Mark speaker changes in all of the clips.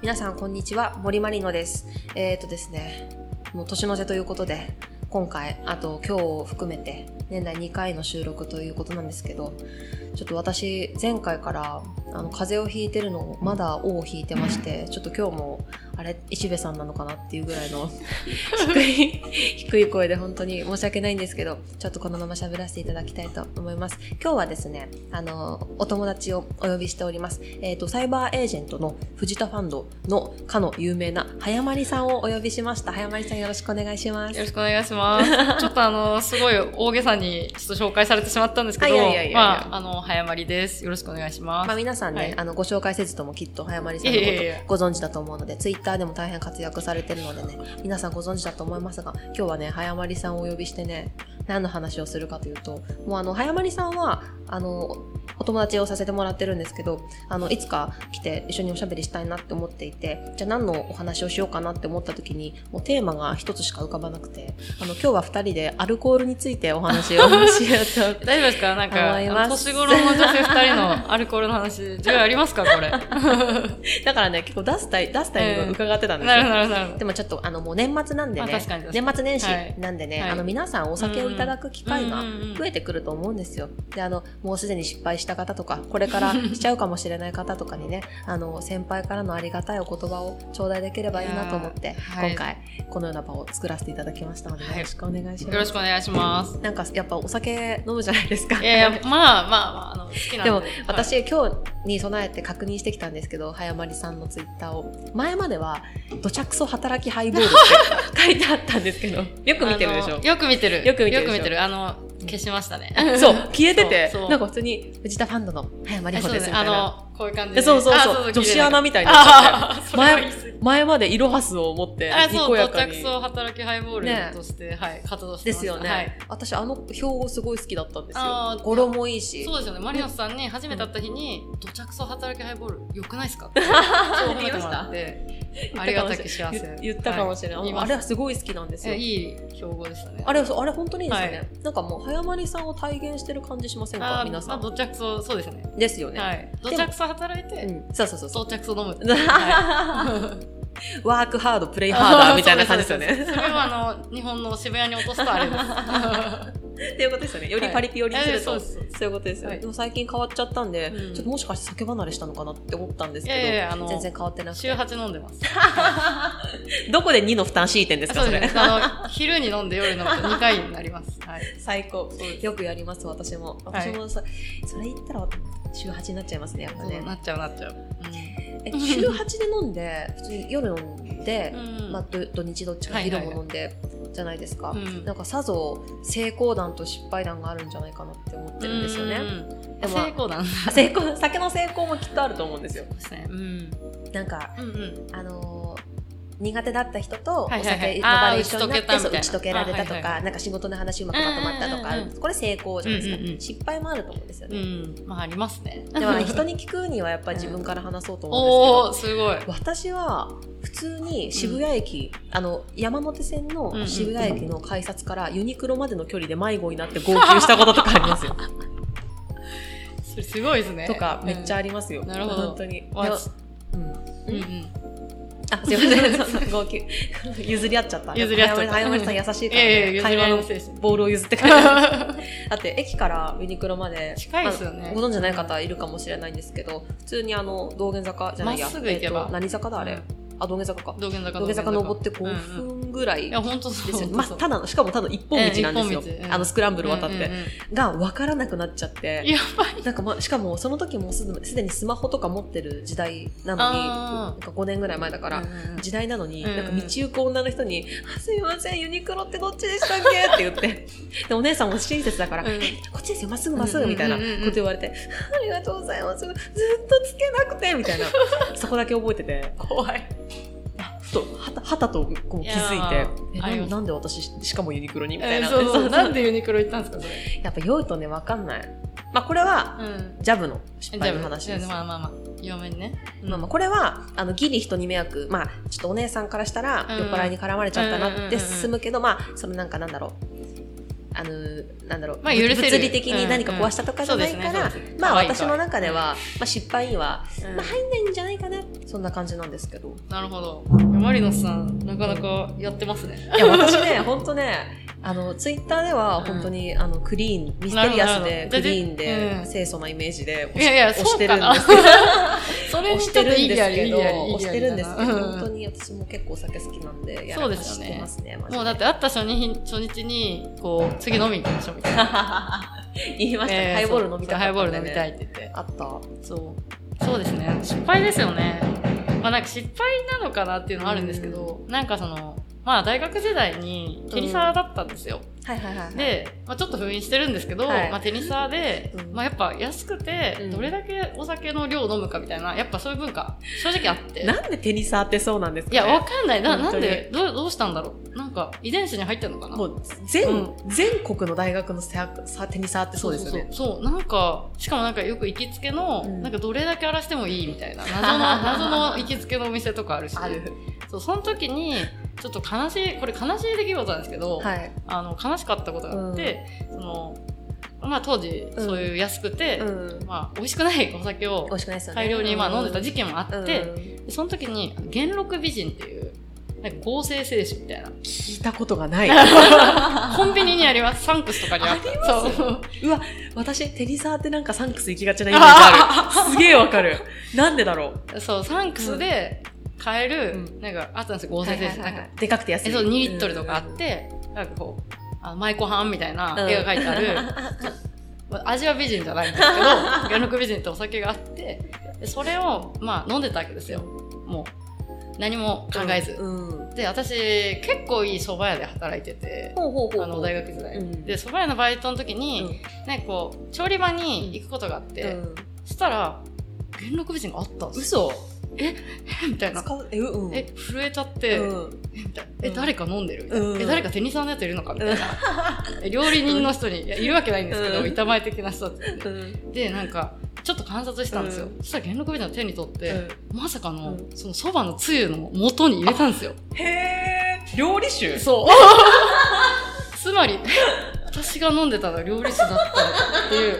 Speaker 1: 皆さんこんにちは森マリノですえっ、ー、とですねもう年の瀬ということで今回あと今日を含めて年内2回の収録ということなんですけどちょっと私前回からあの風邪をひいてるのをまだ尾を引いてましてちょっと今日もあれ石部さんなのかなっていうぐらいの低い 低い声で本当に申し訳ないんですけどちょっとこのまま喋らせていただきたいと思います今日はですねあのお友達をお呼びしておりますえっ、とサイバーエージェントの藤田ファンドのかの有名な早まりさんをお呼びしました早まりさんよろしくお願いします
Speaker 2: よろしくお願い します。ちょっとあの、すごい大げさにちょっと紹介されてしまったんですけど、
Speaker 1: あいやいやいやいや
Speaker 2: まあ、あの、早まりです。よろしくお願いし
Speaker 1: ま
Speaker 2: ま
Speaker 1: あ、
Speaker 2: す。
Speaker 1: 皆さんね、
Speaker 2: はい
Speaker 1: あのご紹介せずともきっと早まりさんの
Speaker 2: いえいえいえ
Speaker 1: ことご存知だと思うのでツイッターでも大変活躍されてるのでね皆さんご存知だと思いますが今日はね早まりさんをお呼びしてね何の話をするかというともうあの早まりさんはあのお友達をさせてもらってるんですけどあのいつか来て一緒におしゃべりしたいなって思っていてじゃあ何のお話をしようかなって思った時にもうテーマが一つしか浮かばなくてあの今日は二人でアルコールについてお話をし ようと思って
Speaker 2: 大丈夫ですかなんか、
Speaker 1: 思
Speaker 2: あ
Speaker 1: います
Speaker 2: の年頃の女性二人のアルコールの話、需要ありますか これ。なるほ
Speaker 1: だからね、結構出すタイ、出すタイミングを伺ってたん
Speaker 2: ど、
Speaker 1: ですよ。
Speaker 2: なるほど、なるほ
Speaker 1: で
Speaker 2: ど。
Speaker 1: もちょっと、あの、もう年末なんでね、
Speaker 2: まあ確かに確かに
Speaker 1: 年末年始
Speaker 2: はい
Speaker 1: なんでね、
Speaker 2: はい
Speaker 1: あの、皆さんお酒をいただく機会が
Speaker 2: うんうんうん
Speaker 1: 増えてくると思うんですよ。で、あの、もうすでに失敗した方とか、これからしちゃうかもしれない方とかにね、 あの、先輩からのありがたいお言葉を頂戴できればいいなと思って、
Speaker 2: いやーはい
Speaker 1: 今回、このような場を作らせていただきましたので、よ
Speaker 2: はい
Speaker 1: ろしくお願いします。
Speaker 2: よろしくお願いします。
Speaker 1: なんか、やっぱお酒飲むじゃないですか。
Speaker 2: いやいや、まあまあまあ、あの、好き
Speaker 1: で
Speaker 2: なんで。
Speaker 1: も
Speaker 2: はい、
Speaker 1: 私今日に備えて確認してきたんですけど早まりさんのツイッターを前までは「どちゃくそ働きハイボール」って書いてあったんですけど よく見てるでし
Speaker 2: あ
Speaker 1: ょ
Speaker 2: のよく見てる。
Speaker 1: よく見てるでしょ
Speaker 2: よく見てる。あの、消しましたね。
Speaker 1: そう消えてて
Speaker 2: そうそう
Speaker 1: なんか普通に「藤田ファンドの早まり
Speaker 2: あ
Speaker 1: ほ
Speaker 2: そう
Speaker 1: で
Speaker 2: です
Speaker 1: す」
Speaker 2: ね。
Speaker 1: みた
Speaker 2: あ
Speaker 1: いな
Speaker 2: の、こういう感じ
Speaker 1: え
Speaker 2: で。
Speaker 1: そうそう
Speaker 2: あ
Speaker 1: そう女子アナみたいになっちゃって
Speaker 2: あーそれは言い過ぎ
Speaker 1: 前までイロハスを持って
Speaker 2: あ、
Speaker 1: に
Speaker 2: そう、
Speaker 1: こや
Speaker 2: 到
Speaker 1: か
Speaker 2: 着
Speaker 1: に
Speaker 2: 層働きハイボールとして、はい、活動して
Speaker 1: で
Speaker 2: ます
Speaker 1: すよね、
Speaker 2: はい
Speaker 1: 私あの標語すごい好きだったんです
Speaker 2: あ
Speaker 1: よ
Speaker 2: ー
Speaker 1: 語呂もいいし
Speaker 2: そうですよね、マリノスさんに初めて会った日に、土着層働きハイボール、よくないですかっ てそう褒めてもらって、ありがたき幸せ。
Speaker 1: 言言ったかもしれない、
Speaker 2: は言い
Speaker 1: あ
Speaker 2: ま
Speaker 1: れ
Speaker 2: す
Speaker 1: はすごい好きなんですよ
Speaker 2: えいい標語でしたね。
Speaker 1: あれ、そうあれ本当にいいですよね、
Speaker 2: は
Speaker 1: なんかもう、早まりさんを体現してる感じしません
Speaker 2: あ
Speaker 1: か
Speaker 2: ー、
Speaker 1: 皆さ
Speaker 2: まあ、
Speaker 1: ん。
Speaker 2: 土着層、そうですね。
Speaker 1: ですよね。
Speaker 2: はい。土着層働いうて、
Speaker 1: ん、そうそうそうそう。
Speaker 2: 到着層飲む。
Speaker 1: ワークハード、プレイハーダーみたいな感じですよ
Speaker 2: そうそう
Speaker 1: ね。
Speaker 2: そうそれはあの、日本の渋谷に落とすとあれ です。
Speaker 1: っていうことですよね。よりパリピ寄りにす
Speaker 2: え
Speaker 1: ると。
Speaker 2: ーそうです。
Speaker 1: そういうことですよ、ね
Speaker 2: はい
Speaker 1: でも最近変わっちゃったんで、
Speaker 2: うん
Speaker 1: ちょっともしかして酒離れしたのかなって思ったんです
Speaker 2: い
Speaker 1: けど、
Speaker 2: やいやいや、あの
Speaker 1: 全、然変わってなく
Speaker 2: 週
Speaker 1: て。
Speaker 2: 8飲ん でます。
Speaker 1: どこで2の負担強いてんですか、
Speaker 2: そう
Speaker 1: そ
Speaker 2: で
Speaker 1: れ
Speaker 2: す。ね。あの、昼に飲んで夜飲むと2回になります。はい。
Speaker 1: 最高
Speaker 2: そうです
Speaker 1: よくやります、私も。私もさ、それ言ったら、週8になっちゃいますね、やっぱね。
Speaker 2: なっちゃうなっちゃう。
Speaker 1: え週8で飲んで普通に夜飲んで、
Speaker 2: うん
Speaker 1: まあ、土土日どっちか昼も飲んでじゃないですか、
Speaker 2: うん
Speaker 1: なんかさぞ成功談と失敗談があるんじゃないかなって思ってるんですよね、
Speaker 2: うん
Speaker 1: でも
Speaker 2: 成功談で
Speaker 1: あ成功 酒の成功もきっとあると思うんですよ
Speaker 2: すね。うん。
Speaker 1: なんか
Speaker 2: うんうん。
Speaker 1: あのー苦手だった人とお
Speaker 2: はいはいはい
Speaker 1: 酒の場で一緒になって
Speaker 2: あー打ち解けたみたいな
Speaker 1: そう打ち解けられたとか、
Speaker 2: あはいはいは
Speaker 1: なんか仕事の話うまくまとまったとかあるんですこれ成功じゃないですか、
Speaker 2: うんうんうん
Speaker 1: 失敗もあると思うんですよ
Speaker 2: う
Speaker 1: ね、
Speaker 2: ん。まあ、ありますね。
Speaker 1: で も人に聞くにはやっぱり自分から話そうと思うんですけど、
Speaker 2: おー、すごい。
Speaker 1: 私は普通に渋谷駅、あの山手線
Speaker 2: うんう
Speaker 1: の
Speaker 2: ん
Speaker 1: 渋谷駅の改札からユニクロまでの距離で迷子になって号泣したこととかあります よ
Speaker 2: それすごいですね。
Speaker 1: とかめっちゃ
Speaker 2: あ
Speaker 1: ありますよ、
Speaker 2: なるほど
Speaker 1: 本当に
Speaker 2: わ
Speaker 1: いや
Speaker 2: う
Speaker 1: うん
Speaker 2: うんん。
Speaker 1: あすいませんそう そう号泣譲り合っちゃった
Speaker 2: 譲り合っちゃった
Speaker 1: 早森さん優しいから、
Speaker 2: ええ、
Speaker 1: ね、
Speaker 2: 譲
Speaker 1: 会
Speaker 2: り合
Speaker 1: 話
Speaker 2: い
Speaker 1: の
Speaker 2: の精神。
Speaker 1: ボールを譲ってくれる だって駅からユニクロまで
Speaker 2: 近いですよね
Speaker 1: まあご存知ない方いるかもしれないんですけど普通にあの道玄坂じゃないや
Speaker 2: まっすぐ行けば
Speaker 1: えっと何坂だあれ、あ道玄坂か
Speaker 2: 道玄坂
Speaker 1: 道玄坂登って
Speaker 2: うん
Speaker 1: 5
Speaker 2: うん
Speaker 1: 分ぐらい
Speaker 2: いや、ほんとそう。
Speaker 1: ですよ、
Speaker 2: ほん
Speaker 1: まあ、
Speaker 2: とそう
Speaker 1: ただのしかもただの一本道なんですよ、
Speaker 2: ええ一本道うん
Speaker 1: あのスクランブル渡って、
Speaker 2: うんうんうん
Speaker 1: が分からなくなっちゃって
Speaker 2: やばい。
Speaker 1: なんか、まあ、しかもその時もうすですでにスマホとか持ってる時代なのになん
Speaker 2: あ
Speaker 1: か5年ぐらい前だか
Speaker 2: ー
Speaker 1: ら、
Speaker 2: うんうんうん
Speaker 1: 時代なのに、
Speaker 2: うんうん
Speaker 1: なんか道行く女の人に「あすいませんユニクロってどっちでしたっけ?」って言ってでお姉さんも親切だから「
Speaker 2: うん
Speaker 1: えこっちですよまっすぐまっすぐ」みたいなこ
Speaker 2: うんうんうんうん
Speaker 1: と言われて 「ありがとうございますずっとつけなくて」みたい なそこだけ覚えてて
Speaker 2: 怖い。
Speaker 1: ふとはたはたとこう気づ
Speaker 2: い
Speaker 1: いて
Speaker 2: やー
Speaker 1: え
Speaker 2: あり
Speaker 1: なん
Speaker 2: ます
Speaker 1: なんで私しかもユニクロにみたい
Speaker 2: え
Speaker 1: な、
Speaker 2: ーそうそ う。
Speaker 1: な
Speaker 2: なんん
Speaker 1: で
Speaker 2: でユニクロ行ったんですか、それ。
Speaker 1: やっぱ酔うとね分かんないまあこれは
Speaker 2: うん。
Speaker 1: ジャブの失
Speaker 2: じ
Speaker 1: 敗
Speaker 2: ゃ
Speaker 1: の
Speaker 2: あ、
Speaker 1: 話
Speaker 2: じゃ
Speaker 1: で
Speaker 2: あ
Speaker 1: す
Speaker 2: まあまあまあ、嫁にね。うん
Speaker 1: まあまあこれはあのギリ人に迷惑まあちょっとお姉さんからしたら
Speaker 2: うん
Speaker 1: 酔っ払いに絡まれちゃったなっ
Speaker 2: うんうんうんう
Speaker 1: て
Speaker 2: ん
Speaker 1: 進むけどまあそのなんかなんだろうあのなんだろう、
Speaker 2: まあ許せる
Speaker 1: 物理的に何か壊したとかじゃないから、
Speaker 2: うんうんそうですねそうですね
Speaker 1: まあ
Speaker 2: 可愛い
Speaker 1: 私の中では、まあ、失敗には、
Speaker 2: うん
Speaker 1: まあ、入んないんじゃないかなそんな感じなんですけ ど。
Speaker 2: なるほど。いやマリノスさん、なかなかやってま すね。
Speaker 1: いや、私ね、ほんとね、あの、ツイッターでは本当に、あの、クリーン、ミステリアスで、
Speaker 2: なるほどなるほど
Speaker 1: クリーン
Speaker 2: で
Speaker 1: で
Speaker 2: う、ん
Speaker 1: 清楚なイメージで
Speaker 2: いやいや、
Speaker 1: 押し
Speaker 2: そう
Speaker 1: て
Speaker 2: か
Speaker 1: るん
Speaker 2: な
Speaker 1: です。けど、
Speaker 2: それ
Speaker 1: 押
Speaker 2: に
Speaker 1: し
Speaker 2: ちょ
Speaker 1: て
Speaker 2: っと
Speaker 1: る
Speaker 2: い
Speaker 1: ん
Speaker 2: い
Speaker 1: で
Speaker 2: ギャ
Speaker 1: す
Speaker 2: ル、い
Speaker 1: け
Speaker 2: い
Speaker 1: ど、
Speaker 2: ギャル、いい
Speaker 1: 押
Speaker 2: ギ
Speaker 1: し
Speaker 2: ャ
Speaker 1: て
Speaker 2: ル
Speaker 1: る
Speaker 2: だ
Speaker 1: んです
Speaker 2: な
Speaker 1: けど、本
Speaker 2: う
Speaker 1: 当
Speaker 2: ん
Speaker 1: に私も結構お酒好きなんで、や
Speaker 2: そ
Speaker 1: ら
Speaker 2: うで
Speaker 1: か
Speaker 2: すよ
Speaker 1: し
Speaker 2: ね
Speaker 1: てますね、マジ
Speaker 2: もう
Speaker 1: で。
Speaker 2: だって会った初日初日に、こう、次飲みに行きましょうみ たいな。
Speaker 1: 言いましたね。
Speaker 2: え
Speaker 1: ハイボール飲みた
Speaker 2: そう
Speaker 1: い。
Speaker 2: ハイボール飲みたい
Speaker 1: い。
Speaker 2: って言って。
Speaker 1: あった。
Speaker 2: そう。そうですね。失敗ですよね。まあなんか失敗なのかなっていうのはあるんですけど、なんかその、まあ大学時代にテニサーだったんですよ。
Speaker 1: はいはいはい。
Speaker 2: で、まあ、ちょっと封印してるんですけど、
Speaker 1: はい
Speaker 2: まあ、テニサーで、
Speaker 1: うん
Speaker 2: まあ、やっぱ安く
Speaker 1: う
Speaker 2: て
Speaker 1: ん
Speaker 2: どれだけお酒の量を飲むかみたいなやっぱそういう文化正直あって
Speaker 1: なんでテニサーってそうなんですか
Speaker 2: い
Speaker 1: ね
Speaker 2: やわかんないな
Speaker 1: 本
Speaker 2: な
Speaker 1: 当
Speaker 2: ん
Speaker 1: に
Speaker 2: でどうどうしたんだろうなんか遺伝子に入ってんのかな
Speaker 1: もう全、
Speaker 2: うん
Speaker 1: 全国の大学のササテニサーってそうですよね。
Speaker 2: そうそうそうなんかしかもなんかよく行きつけの、
Speaker 1: うん
Speaker 2: なんかどれだけ荒らしてもいいみ たいな謎の謎の行きつけのお店とかあるし
Speaker 1: ある。
Speaker 2: そうその時にちょっと悲しいこれ悲しい出来事なんですけど、
Speaker 1: はい。
Speaker 2: あの悲しかったことがあって、そのまあ当時
Speaker 1: うん
Speaker 2: そういう安くて、
Speaker 1: うん。
Speaker 2: まあ美味しくないお酒を
Speaker 1: 美味しくないですよね。
Speaker 2: 大量にまあ飲んでた
Speaker 1: 時
Speaker 2: 時期もあ
Speaker 1: っ、
Speaker 2: ってて、でその時に元禄美人っていうなんか合成精子みたいな
Speaker 1: 聞いたことがない。
Speaker 2: コンビニにありますサンクスとかにあった
Speaker 1: あります
Speaker 2: そう
Speaker 1: うわ、私、テニサーってなんかサンクス行きがちなイメージある。す げえわかる。なんでだろう。
Speaker 2: そう、サンクスで買える、
Speaker 1: う
Speaker 2: なんか、あったんですよ、合成です。なんか、
Speaker 1: でかくて安い。
Speaker 2: え、そう、2リットルとかあって、なんかこう、あの舞妓はんみたいな絵が描いてある、まあ味は美人じゃないんですけど、 元禄美人ってお酒があって、でそれを、まあ、飲んでたわけですよ。もう、何も考えず。
Speaker 1: うん。うん
Speaker 2: で、私、結構いい蕎麦屋で働いてて、
Speaker 1: ほうほうほうほう。
Speaker 2: あの、大学時代。
Speaker 1: うん
Speaker 2: で、蕎麦屋のバイトの時
Speaker 1: う
Speaker 2: に、
Speaker 1: ん
Speaker 2: なんかこう、調理場に行くことがあって、
Speaker 1: うん
Speaker 2: そしたら、元禄美人があったんですよ。
Speaker 1: 嘘
Speaker 2: みたいな。
Speaker 1: 使うえ、うん。
Speaker 2: え、震えちゃって、
Speaker 1: うん
Speaker 2: えみたいなえ、
Speaker 1: うん
Speaker 2: 誰か飲んでるみたいな、
Speaker 1: うん
Speaker 2: え、誰かテニサーのやついるのかみたいな。 え料理人の人に、いやいるわけないんですけど、
Speaker 1: うん
Speaker 2: 板前的な人だって、
Speaker 1: うん。
Speaker 2: で、なんか、ちょっと観察したんですよ。
Speaker 1: う
Speaker 2: そしたら元禄美人の手に取って、まさかの、
Speaker 1: う
Speaker 2: その蕎麦のつゆの元に入れたんですよ。
Speaker 1: へー料理酒
Speaker 2: そう。 つまり、私が飲んでたのは料理酒だったっていう。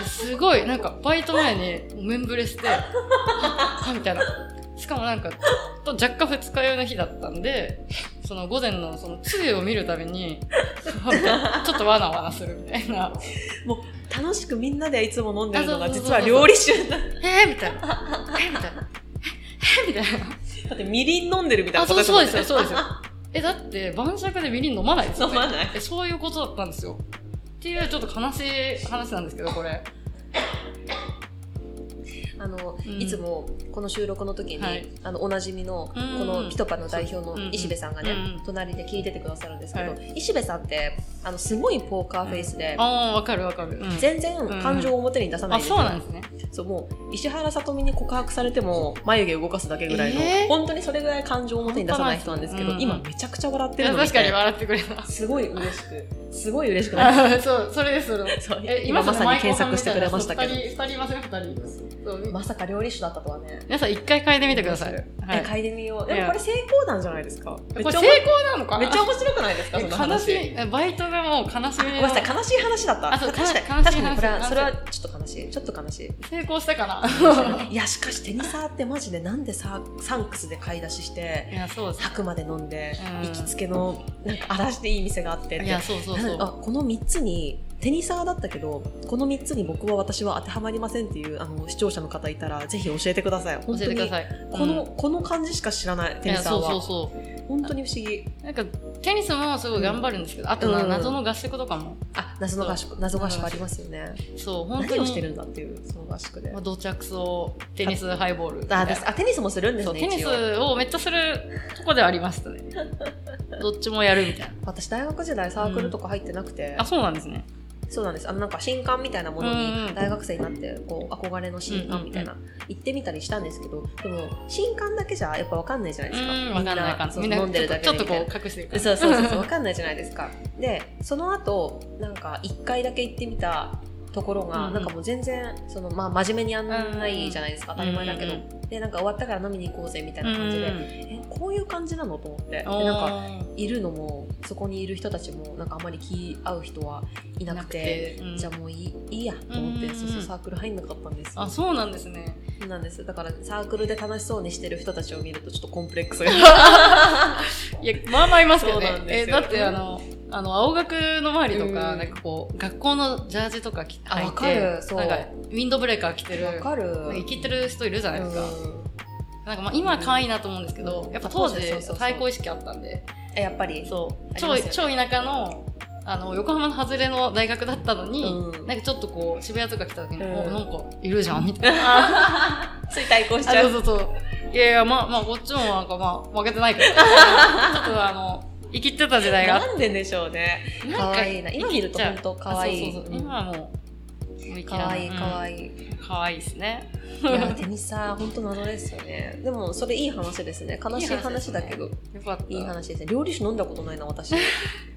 Speaker 2: ですごい、なんか、バイト前に、面ぶれして、あみたいな。しかもなんか、ちょっと若干二日酔いの日だったんで、その午前のそのつゆを見るたびに、ちょっとわなわなするみたいな。
Speaker 1: 楽しくみんなでいつも飲んでるのが
Speaker 2: あそうそう
Speaker 1: 実
Speaker 2: そう
Speaker 1: は料理酒だ
Speaker 2: えー、みたいな。えー、みたいな。えー、みたいな。
Speaker 1: だってみりん飲んでるみたい
Speaker 2: あ、
Speaker 1: なこ
Speaker 2: そ
Speaker 1: と
Speaker 2: うそう
Speaker 1: だ
Speaker 2: ですよ、そうですよ。え、だって、晩酌でみりん飲まないです よ、
Speaker 1: 飲
Speaker 2: ね。
Speaker 1: まない
Speaker 2: え、そういうことだったんですよ。っていう、ちょっと悲しい話なんですけど、これ。
Speaker 1: あの、
Speaker 2: うん
Speaker 1: いつもこの収録の時に、
Speaker 2: はい
Speaker 1: あのおなじみのこ
Speaker 2: うん
Speaker 1: のピトパの代表
Speaker 2: そうう
Speaker 1: の
Speaker 2: ん
Speaker 1: 石部さんがね、
Speaker 2: うん
Speaker 1: 隣で聞いててくださるんですけど、
Speaker 2: は
Speaker 1: 石部さんってあのすごいポーカーフェイスで、
Speaker 2: ああ、わかるわかる。うん
Speaker 1: 全然感情を表に出さないん
Speaker 2: あ、
Speaker 1: です
Speaker 2: そ
Speaker 1: よ
Speaker 2: うなんですね。
Speaker 1: そうもう石原さとみに告白されても眉毛動かすだけぐらいの、
Speaker 2: えー
Speaker 1: 本当にそれぐらい感情を表に出さない人なんですけど、
Speaker 2: うん
Speaker 1: 今めちゃくちゃ笑って
Speaker 2: い
Speaker 1: る
Speaker 2: や
Speaker 1: の見
Speaker 2: 確
Speaker 1: て
Speaker 2: かに笑ってくれた。
Speaker 1: すごい嬉しくすごい嬉しくなる
Speaker 2: あ そう、それです、それです。
Speaker 1: そう
Speaker 2: え
Speaker 1: 今まさに検索してくれ
Speaker 2: 舞妓
Speaker 1: ま
Speaker 2: さ
Speaker 1: し
Speaker 2: ん
Speaker 1: た
Speaker 2: みい
Speaker 1: けど
Speaker 2: なそう二人、二人いません、二人。そう
Speaker 1: まさか料理酒だったとはね
Speaker 2: 皆さん一回嗅いでみてください。
Speaker 1: どう
Speaker 2: は
Speaker 1: え
Speaker 2: い。
Speaker 1: 嗅いでみようで
Speaker 2: い
Speaker 1: も
Speaker 2: や
Speaker 1: これ成功談じゃないですか
Speaker 2: こ
Speaker 1: め
Speaker 2: れ
Speaker 1: っちゃ
Speaker 2: 成
Speaker 1: 面
Speaker 2: 功
Speaker 1: 白い
Speaker 2: なのかな
Speaker 1: めっちゃ面白くないですかその
Speaker 2: え悲し
Speaker 1: 話
Speaker 2: い。えバイトがもう悲しみ
Speaker 1: ごめ
Speaker 2: で
Speaker 1: んなさい悲しい話だった
Speaker 2: あそう
Speaker 1: 確かに
Speaker 2: 悲し
Speaker 1: 確
Speaker 2: い
Speaker 1: かにこれ
Speaker 2: 悲
Speaker 1: は
Speaker 2: しい
Speaker 1: それはちょっと悲しいちょっと悲しい
Speaker 2: 成功した かな
Speaker 1: いやしかしテニサーってマジでなんでさサンクスで買い出しして
Speaker 2: いや、そうです。
Speaker 1: 吐くまで飲んで
Speaker 2: うん
Speaker 1: 行きつけのなんか荒らしていい店があってって
Speaker 2: いや、そうそうそ
Speaker 1: なん
Speaker 2: う。
Speaker 1: あこの3つにテニサーだったけどこの3つに僕は私は当てはまりませんっていうあの視聴者の方いたらぜひ教えてください
Speaker 2: 教
Speaker 1: 本
Speaker 2: え
Speaker 1: 当
Speaker 2: てくだ
Speaker 1: に
Speaker 2: さい。
Speaker 1: この,、
Speaker 2: うん、
Speaker 1: この感じしか知らないテ
Speaker 2: い
Speaker 1: ニ
Speaker 2: や、
Speaker 1: サー
Speaker 2: そう
Speaker 1: は
Speaker 2: そうそう。
Speaker 1: 本当に不思議
Speaker 2: なんかテニスもすごい頑張るんですけど、あとな
Speaker 1: うん
Speaker 2: 謎の合宿とかも、
Speaker 1: あ謎の合宿謎合宿ありますよね
Speaker 2: そう本当
Speaker 1: 何
Speaker 2: に
Speaker 1: をしてるんだっていうその合宿で
Speaker 2: まあ、土着層テニスハイボールみたい
Speaker 1: あ
Speaker 2: な
Speaker 1: ですあテニスもするんで
Speaker 2: そ
Speaker 1: す
Speaker 2: う
Speaker 1: ね
Speaker 2: テニ
Speaker 1: 一
Speaker 2: ス
Speaker 1: 応
Speaker 2: をめっちゃするとこではあり ましたねどっちもやるみたい
Speaker 1: 私大学時代サークルとか入ってなくて
Speaker 2: なあ、そうなんですね
Speaker 1: そうなんですあのなんか新刊みたいなもの
Speaker 2: うんう
Speaker 1: に
Speaker 2: ん
Speaker 1: 大学生になってこう憧れの新刊みたいな、行ってみたりしたんですけどでも新刊だけじゃやっぱ分かんないじゃないうですか
Speaker 2: んわかんない感じ
Speaker 1: みんなそう飲んでるだけ
Speaker 2: ち
Speaker 1: で
Speaker 2: ょっと
Speaker 1: み
Speaker 2: こ
Speaker 1: たいな
Speaker 2: う隠してるから
Speaker 1: そうそうそう分かんないじゃないですかでその後なんか1回だけ行ってみたところが、
Speaker 2: うん
Speaker 1: なんかもう全然その、まあ、真面目にやんないじゃないですか、
Speaker 2: ん
Speaker 1: 当たり前だけど、
Speaker 2: うん
Speaker 1: でなんか終わったから飲みに行こうぜみたいな感じで、えこういう感じなのと思ってで
Speaker 2: おー
Speaker 1: なんかいるのもそこにいる人たちもなんかあまり気合う人はいなくて。
Speaker 2: うん
Speaker 1: じゃあもういいいいやと思って、
Speaker 2: うんうんうん
Speaker 1: そうそうサークル入んなかったんですよ
Speaker 2: あそうなんですね
Speaker 1: そうなんですだからサークルで楽しそうにしてる人たちを見るとちょっとコンプレックス が
Speaker 2: いやまあまあいますけど
Speaker 1: そうな
Speaker 2: ね
Speaker 1: んです
Speaker 2: え
Speaker 1: よ
Speaker 2: だってあのあの青学の周りとか、
Speaker 1: うん
Speaker 2: なんかこう学校のジャージとか着て
Speaker 1: あ
Speaker 2: 履い
Speaker 1: わ
Speaker 2: て
Speaker 1: かるそう
Speaker 2: なんかウィンドブレーカー着てる
Speaker 1: わかる
Speaker 2: なんか生きてる人いるじゃないですか、
Speaker 1: うん
Speaker 2: なんかまあ今は可愛いなと思うんですけど、
Speaker 1: うん
Speaker 2: やっぱ当時
Speaker 1: そうそうそうそう
Speaker 2: 対抗意識あったんで
Speaker 1: えやっぱり
Speaker 2: そう
Speaker 1: あり
Speaker 2: 超,、
Speaker 1: ますよね
Speaker 2: 超田舎のあの横浜の外れの大学だったのに、
Speaker 1: うん
Speaker 2: なんかちょっとこう渋谷とか来た時に、
Speaker 1: うん
Speaker 2: おなんかいるじ ゃんみたいな。
Speaker 1: つい対抗し
Speaker 2: あそうそうそう。いやいや、まあ、まあ、こっちもなんかまあ、負けてな いけど。ちょっとあの、生きてた時代があっ
Speaker 1: なんででしょうね
Speaker 2: て。
Speaker 1: 可愛いな今見ると本当可愛い
Speaker 2: あそうそうそう
Speaker 1: うん
Speaker 2: 今はもう、もう
Speaker 1: かわいいかわ
Speaker 2: い。
Speaker 1: いい、
Speaker 2: かわいいですね。
Speaker 1: いやテニスさ本当謎ですよねでもそれいい話ですね悲しい話だけど
Speaker 2: よかった。
Speaker 1: いい話ですね料理酒飲んだことないな私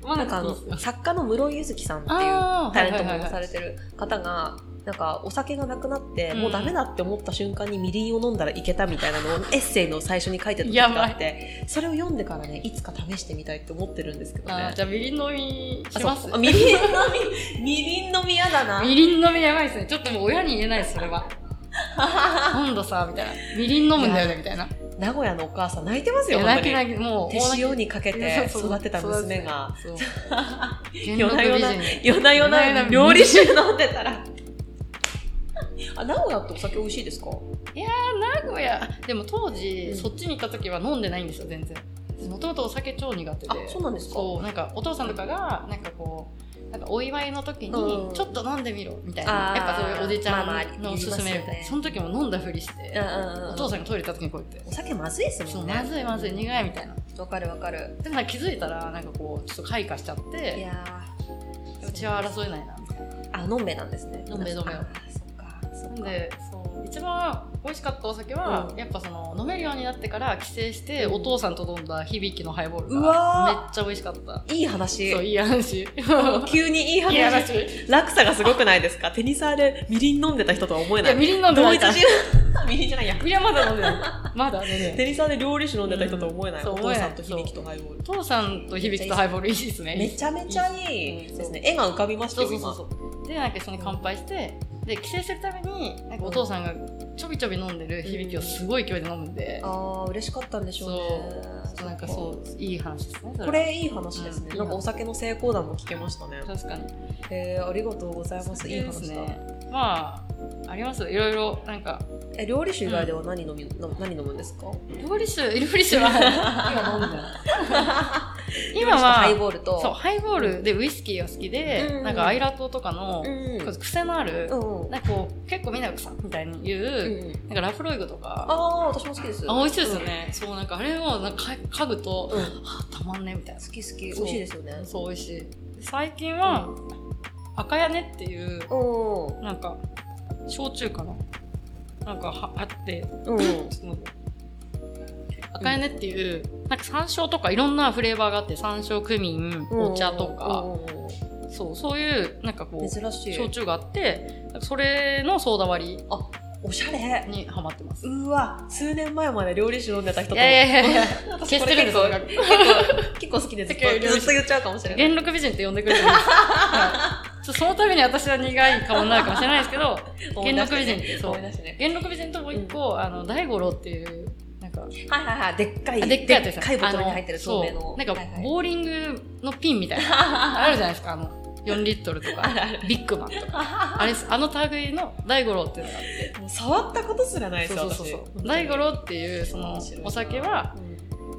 Speaker 2: まあ、
Speaker 1: なんかあの作家の室井ゆずきさんっていう
Speaker 2: あー
Speaker 1: タレントも
Speaker 2: はいはいはい
Speaker 1: されてる方がなんかお酒がなくなって、
Speaker 2: うん
Speaker 1: もうダメだって思った瞬間にみりんを飲んだらいけたみたいなのを エッセイの最初に書いてた時があってそれを読んでからねいつか試してみたいって思ってるんですけど
Speaker 2: あー
Speaker 1: ね
Speaker 2: じゃあ、みりん飲みします
Speaker 1: あそうあみりん飲み みりん飲み嫌だな
Speaker 2: みりん飲みやばいですね。ちょっともう親に言えないです、それは。 今度さ、みたいな。みりん飲むんだよね、みたいな。
Speaker 1: 名古屋のお母さん泣いてます
Speaker 2: い
Speaker 1: よ
Speaker 2: や
Speaker 1: 本当
Speaker 2: 泣
Speaker 1: に
Speaker 2: き泣き、もう、
Speaker 1: 手塩にかけて
Speaker 2: そうそう
Speaker 1: 育てた娘が。
Speaker 2: そう。
Speaker 1: 夜
Speaker 2: 元
Speaker 1: な
Speaker 2: 禄
Speaker 1: 夜
Speaker 2: 美
Speaker 1: な
Speaker 2: 人。
Speaker 1: 夜な夜
Speaker 2: 夜な夜
Speaker 1: な
Speaker 2: な
Speaker 1: 料理酒飲んでたら あ名古屋ってお酒美味しいですか
Speaker 2: 名古屋でも当時、
Speaker 1: うん
Speaker 2: そっちに行った時は飲んでないんですよ全然もともとお酒超苦手で
Speaker 1: あそうなんですか
Speaker 2: そうなんかお父さんとかがなんかこうなんかお祝いの時に
Speaker 1: うん
Speaker 2: ちょっと飲んでみろみたいな、
Speaker 1: あー
Speaker 2: やっぱそういうおじちゃ
Speaker 1: まあまあ
Speaker 2: んのおすすめみた
Speaker 1: 言いま
Speaker 2: いな、
Speaker 1: すよね
Speaker 2: その時も飲んだふりして、
Speaker 1: お
Speaker 2: お父さんがトイレ行った時にこうやって
Speaker 1: お酒まずいです
Speaker 2: 「そ
Speaker 1: も
Speaker 2: うんま
Speaker 1: ね
Speaker 2: ずいまずい苦い」みたいな
Speaker 1: わかるわかる
Speaker 2: でもなんか気づいたらなんかこうちょっと開花しちゃっ
Speaker 1: い
Speaker 2: て
Speaker 1: や
Speaker 2: うちは争えないなみたいな
Speaker 1: ーあのんべなんですね
Speaker 2: のんべのんべ
Speaker 1: あそっかそ
Speaker 2: な
Speaker 1: っ
Speaker 2: ん
Speaker 1: か
Speaker 2: でそう一番美味しかったお酒は、
Speaker 1: うん
Speaker 2: やっぱその飲めるようになってから帰省して、
Speaker 1: うん
Speaker 2: お父さんと飲んだ響きのハイボール
Speaker 1: う
Speaker 2: が
Speaker 1: わ
Speaker 2: めっちゃ美味しかった
Speaker 1: いい話
Speaker 2: そういい話いい
Speaker 1: 急にいい話
Speaker 2: 話い
Speaker 1: 落差がすごくないですかテニサーでみりん飲んでた人とは思えな
Speaker 2: や
Speaker 1: い
Speaker 2: みりん飲んで
Speaker 1: 同
Speaker 2: ない
Speaker 1: 一
Speaker 2: から
Speaker 1: 人みりんじゃないや
Speaker 2: みりんはまだ飲んでないまだ飲 んでない
Speaker 1: テニサーで料理酒飲んでた人とは思えない、
Speaker 2: うんそう
Speaker 1: お
Speaker 2: 思
Speaker 1: 父
Speaker 2: えない
Speaker 1: さんと響きとハイボール
Speaker 2: お父さんと響きとハイボールいいですね
Speaker 1: めちゃめちゃいいですね絵が浮かびました
Speaker 2: そう
Speaker 1: よ
Speaker 2: そう
Speaker 1: 今
Speaker 2: そうそうでなんか一緒に乾杯してで帰省するためになんかお父さんがちょびちょび飲んでる響きをすごい勢いで飲むんで、
Speaker 1: あー嬉しかったんでしょうね
Speaker 2: そうなんかそういい話ですねそは
Speaker 1: これいい話ですね、
Speaker 2: うん
Speaker 1: なんかお酒の成功談も聞けましたね
Speaker 2: 確かに
Speaker 1: へえありがとうございますいい話だ、
Speaker 2: まあありますよいろいろなんか
Speaker 1: え料理酒以外では何飲み、の何飲むんですか
Speaker 2: 料理酒料理酒は今飲んでない今は
Speaker 1: ハイボールと
Speaker 2: そうハイボールでウイスキーが好きで、
Speaker 1: うん
Speaker 2: なんかアイラ島とかの、
Speaker 1: んうん
Speaker 2: 癖のある、
Speaker 1: うん
Speaker 2: なんかこう結構みんながさみたいに言
Speaker 1: う
Speaker 2: う、
Speaker 1: ん
Speaker 2: なんかラフロイグとか
Speaker 1: ああ私も好きです
Speaker 2: あ美味しいですよね、そうなんかあれをなんかかぐと、
Speaker 1: うん、うん
Speaker 2: あたまんねみたい
Speaker 1: 好き好き美味しいですよね
Speaker 2: なそう美味しい最近は、赤屋根っていう
Speaker 1: うん
Speaker 2: なんか焼酎かななんかはあって
Speaker 1: うん
Speaker 2: その赤いねっていう、なんか山椒とかいろんなフレーバーがあって山椒クミンお茶とか、
Speaker 1: う
Speaker 2: そうそういうなんか
Speaker 1: んう
Speaker 2: こ
Speaker 1: ん
Speaker 2: う
Speaker 1: 珍しい
Speaker 2: 焼酎があってなんかそれのソーダ割
Speaker 1: おしゃ
Speaker 2: り
Speaker 1: れ
Speaker 2: にハマってます。
Speaker 1: うわ数年前まで料理酒飲んでた人
Speaker 2: い
Speaker 1: と
Speaker 2: やいやいや
Speaker 1: 私
Speaker 2: 消し
Speaker 1: こ
Speaker 2: て
Speaker 1: れ
Speaker 2: るんで
Speaker 1: 結
Speaker 2: す
Speaker 1: 構
Speaker 2: よ
Speaker 1: 結 構結構好きですず
Speaker 2: 結構料理酒
Speaker 1: っと言っちゃうかもしれない
Speaker 2: 元禄美人って呼んでくれてる んです、はい、ちょそのために私は苦い顔になるかもしれないですけど元禄美人ってそう
Speaker 1: 思い出してね
Speaker 2: 元禄美人ともう一個、あの大五郎っていうなんか
Speaker 1: はいはいはいでっかい
Speaker 2: あでっかいやつ
Speaker 1: で
Speaker 2: で
Speaker 1: っ
Speaker 2: す
Speaker 1: かいボトルに入ってる透明
Speaker 2: あそ
Speaker 1: の
Speaker 2: うなんか
Speaker 1: はいはい
Speaker 2: ボーリングのピンみたい なあるじゃないですかあの4リットルとか
Speaker 1: あるある
Speaker 2: ビッグマンとかあれですあの類の大五郎っていうのがあって
Speaker 1: もう触ったことすらないです
Speaker 2: そうそうそうそう大五郎っていうその
Speaker 1: 面白いな
Speaker 2: お酒は、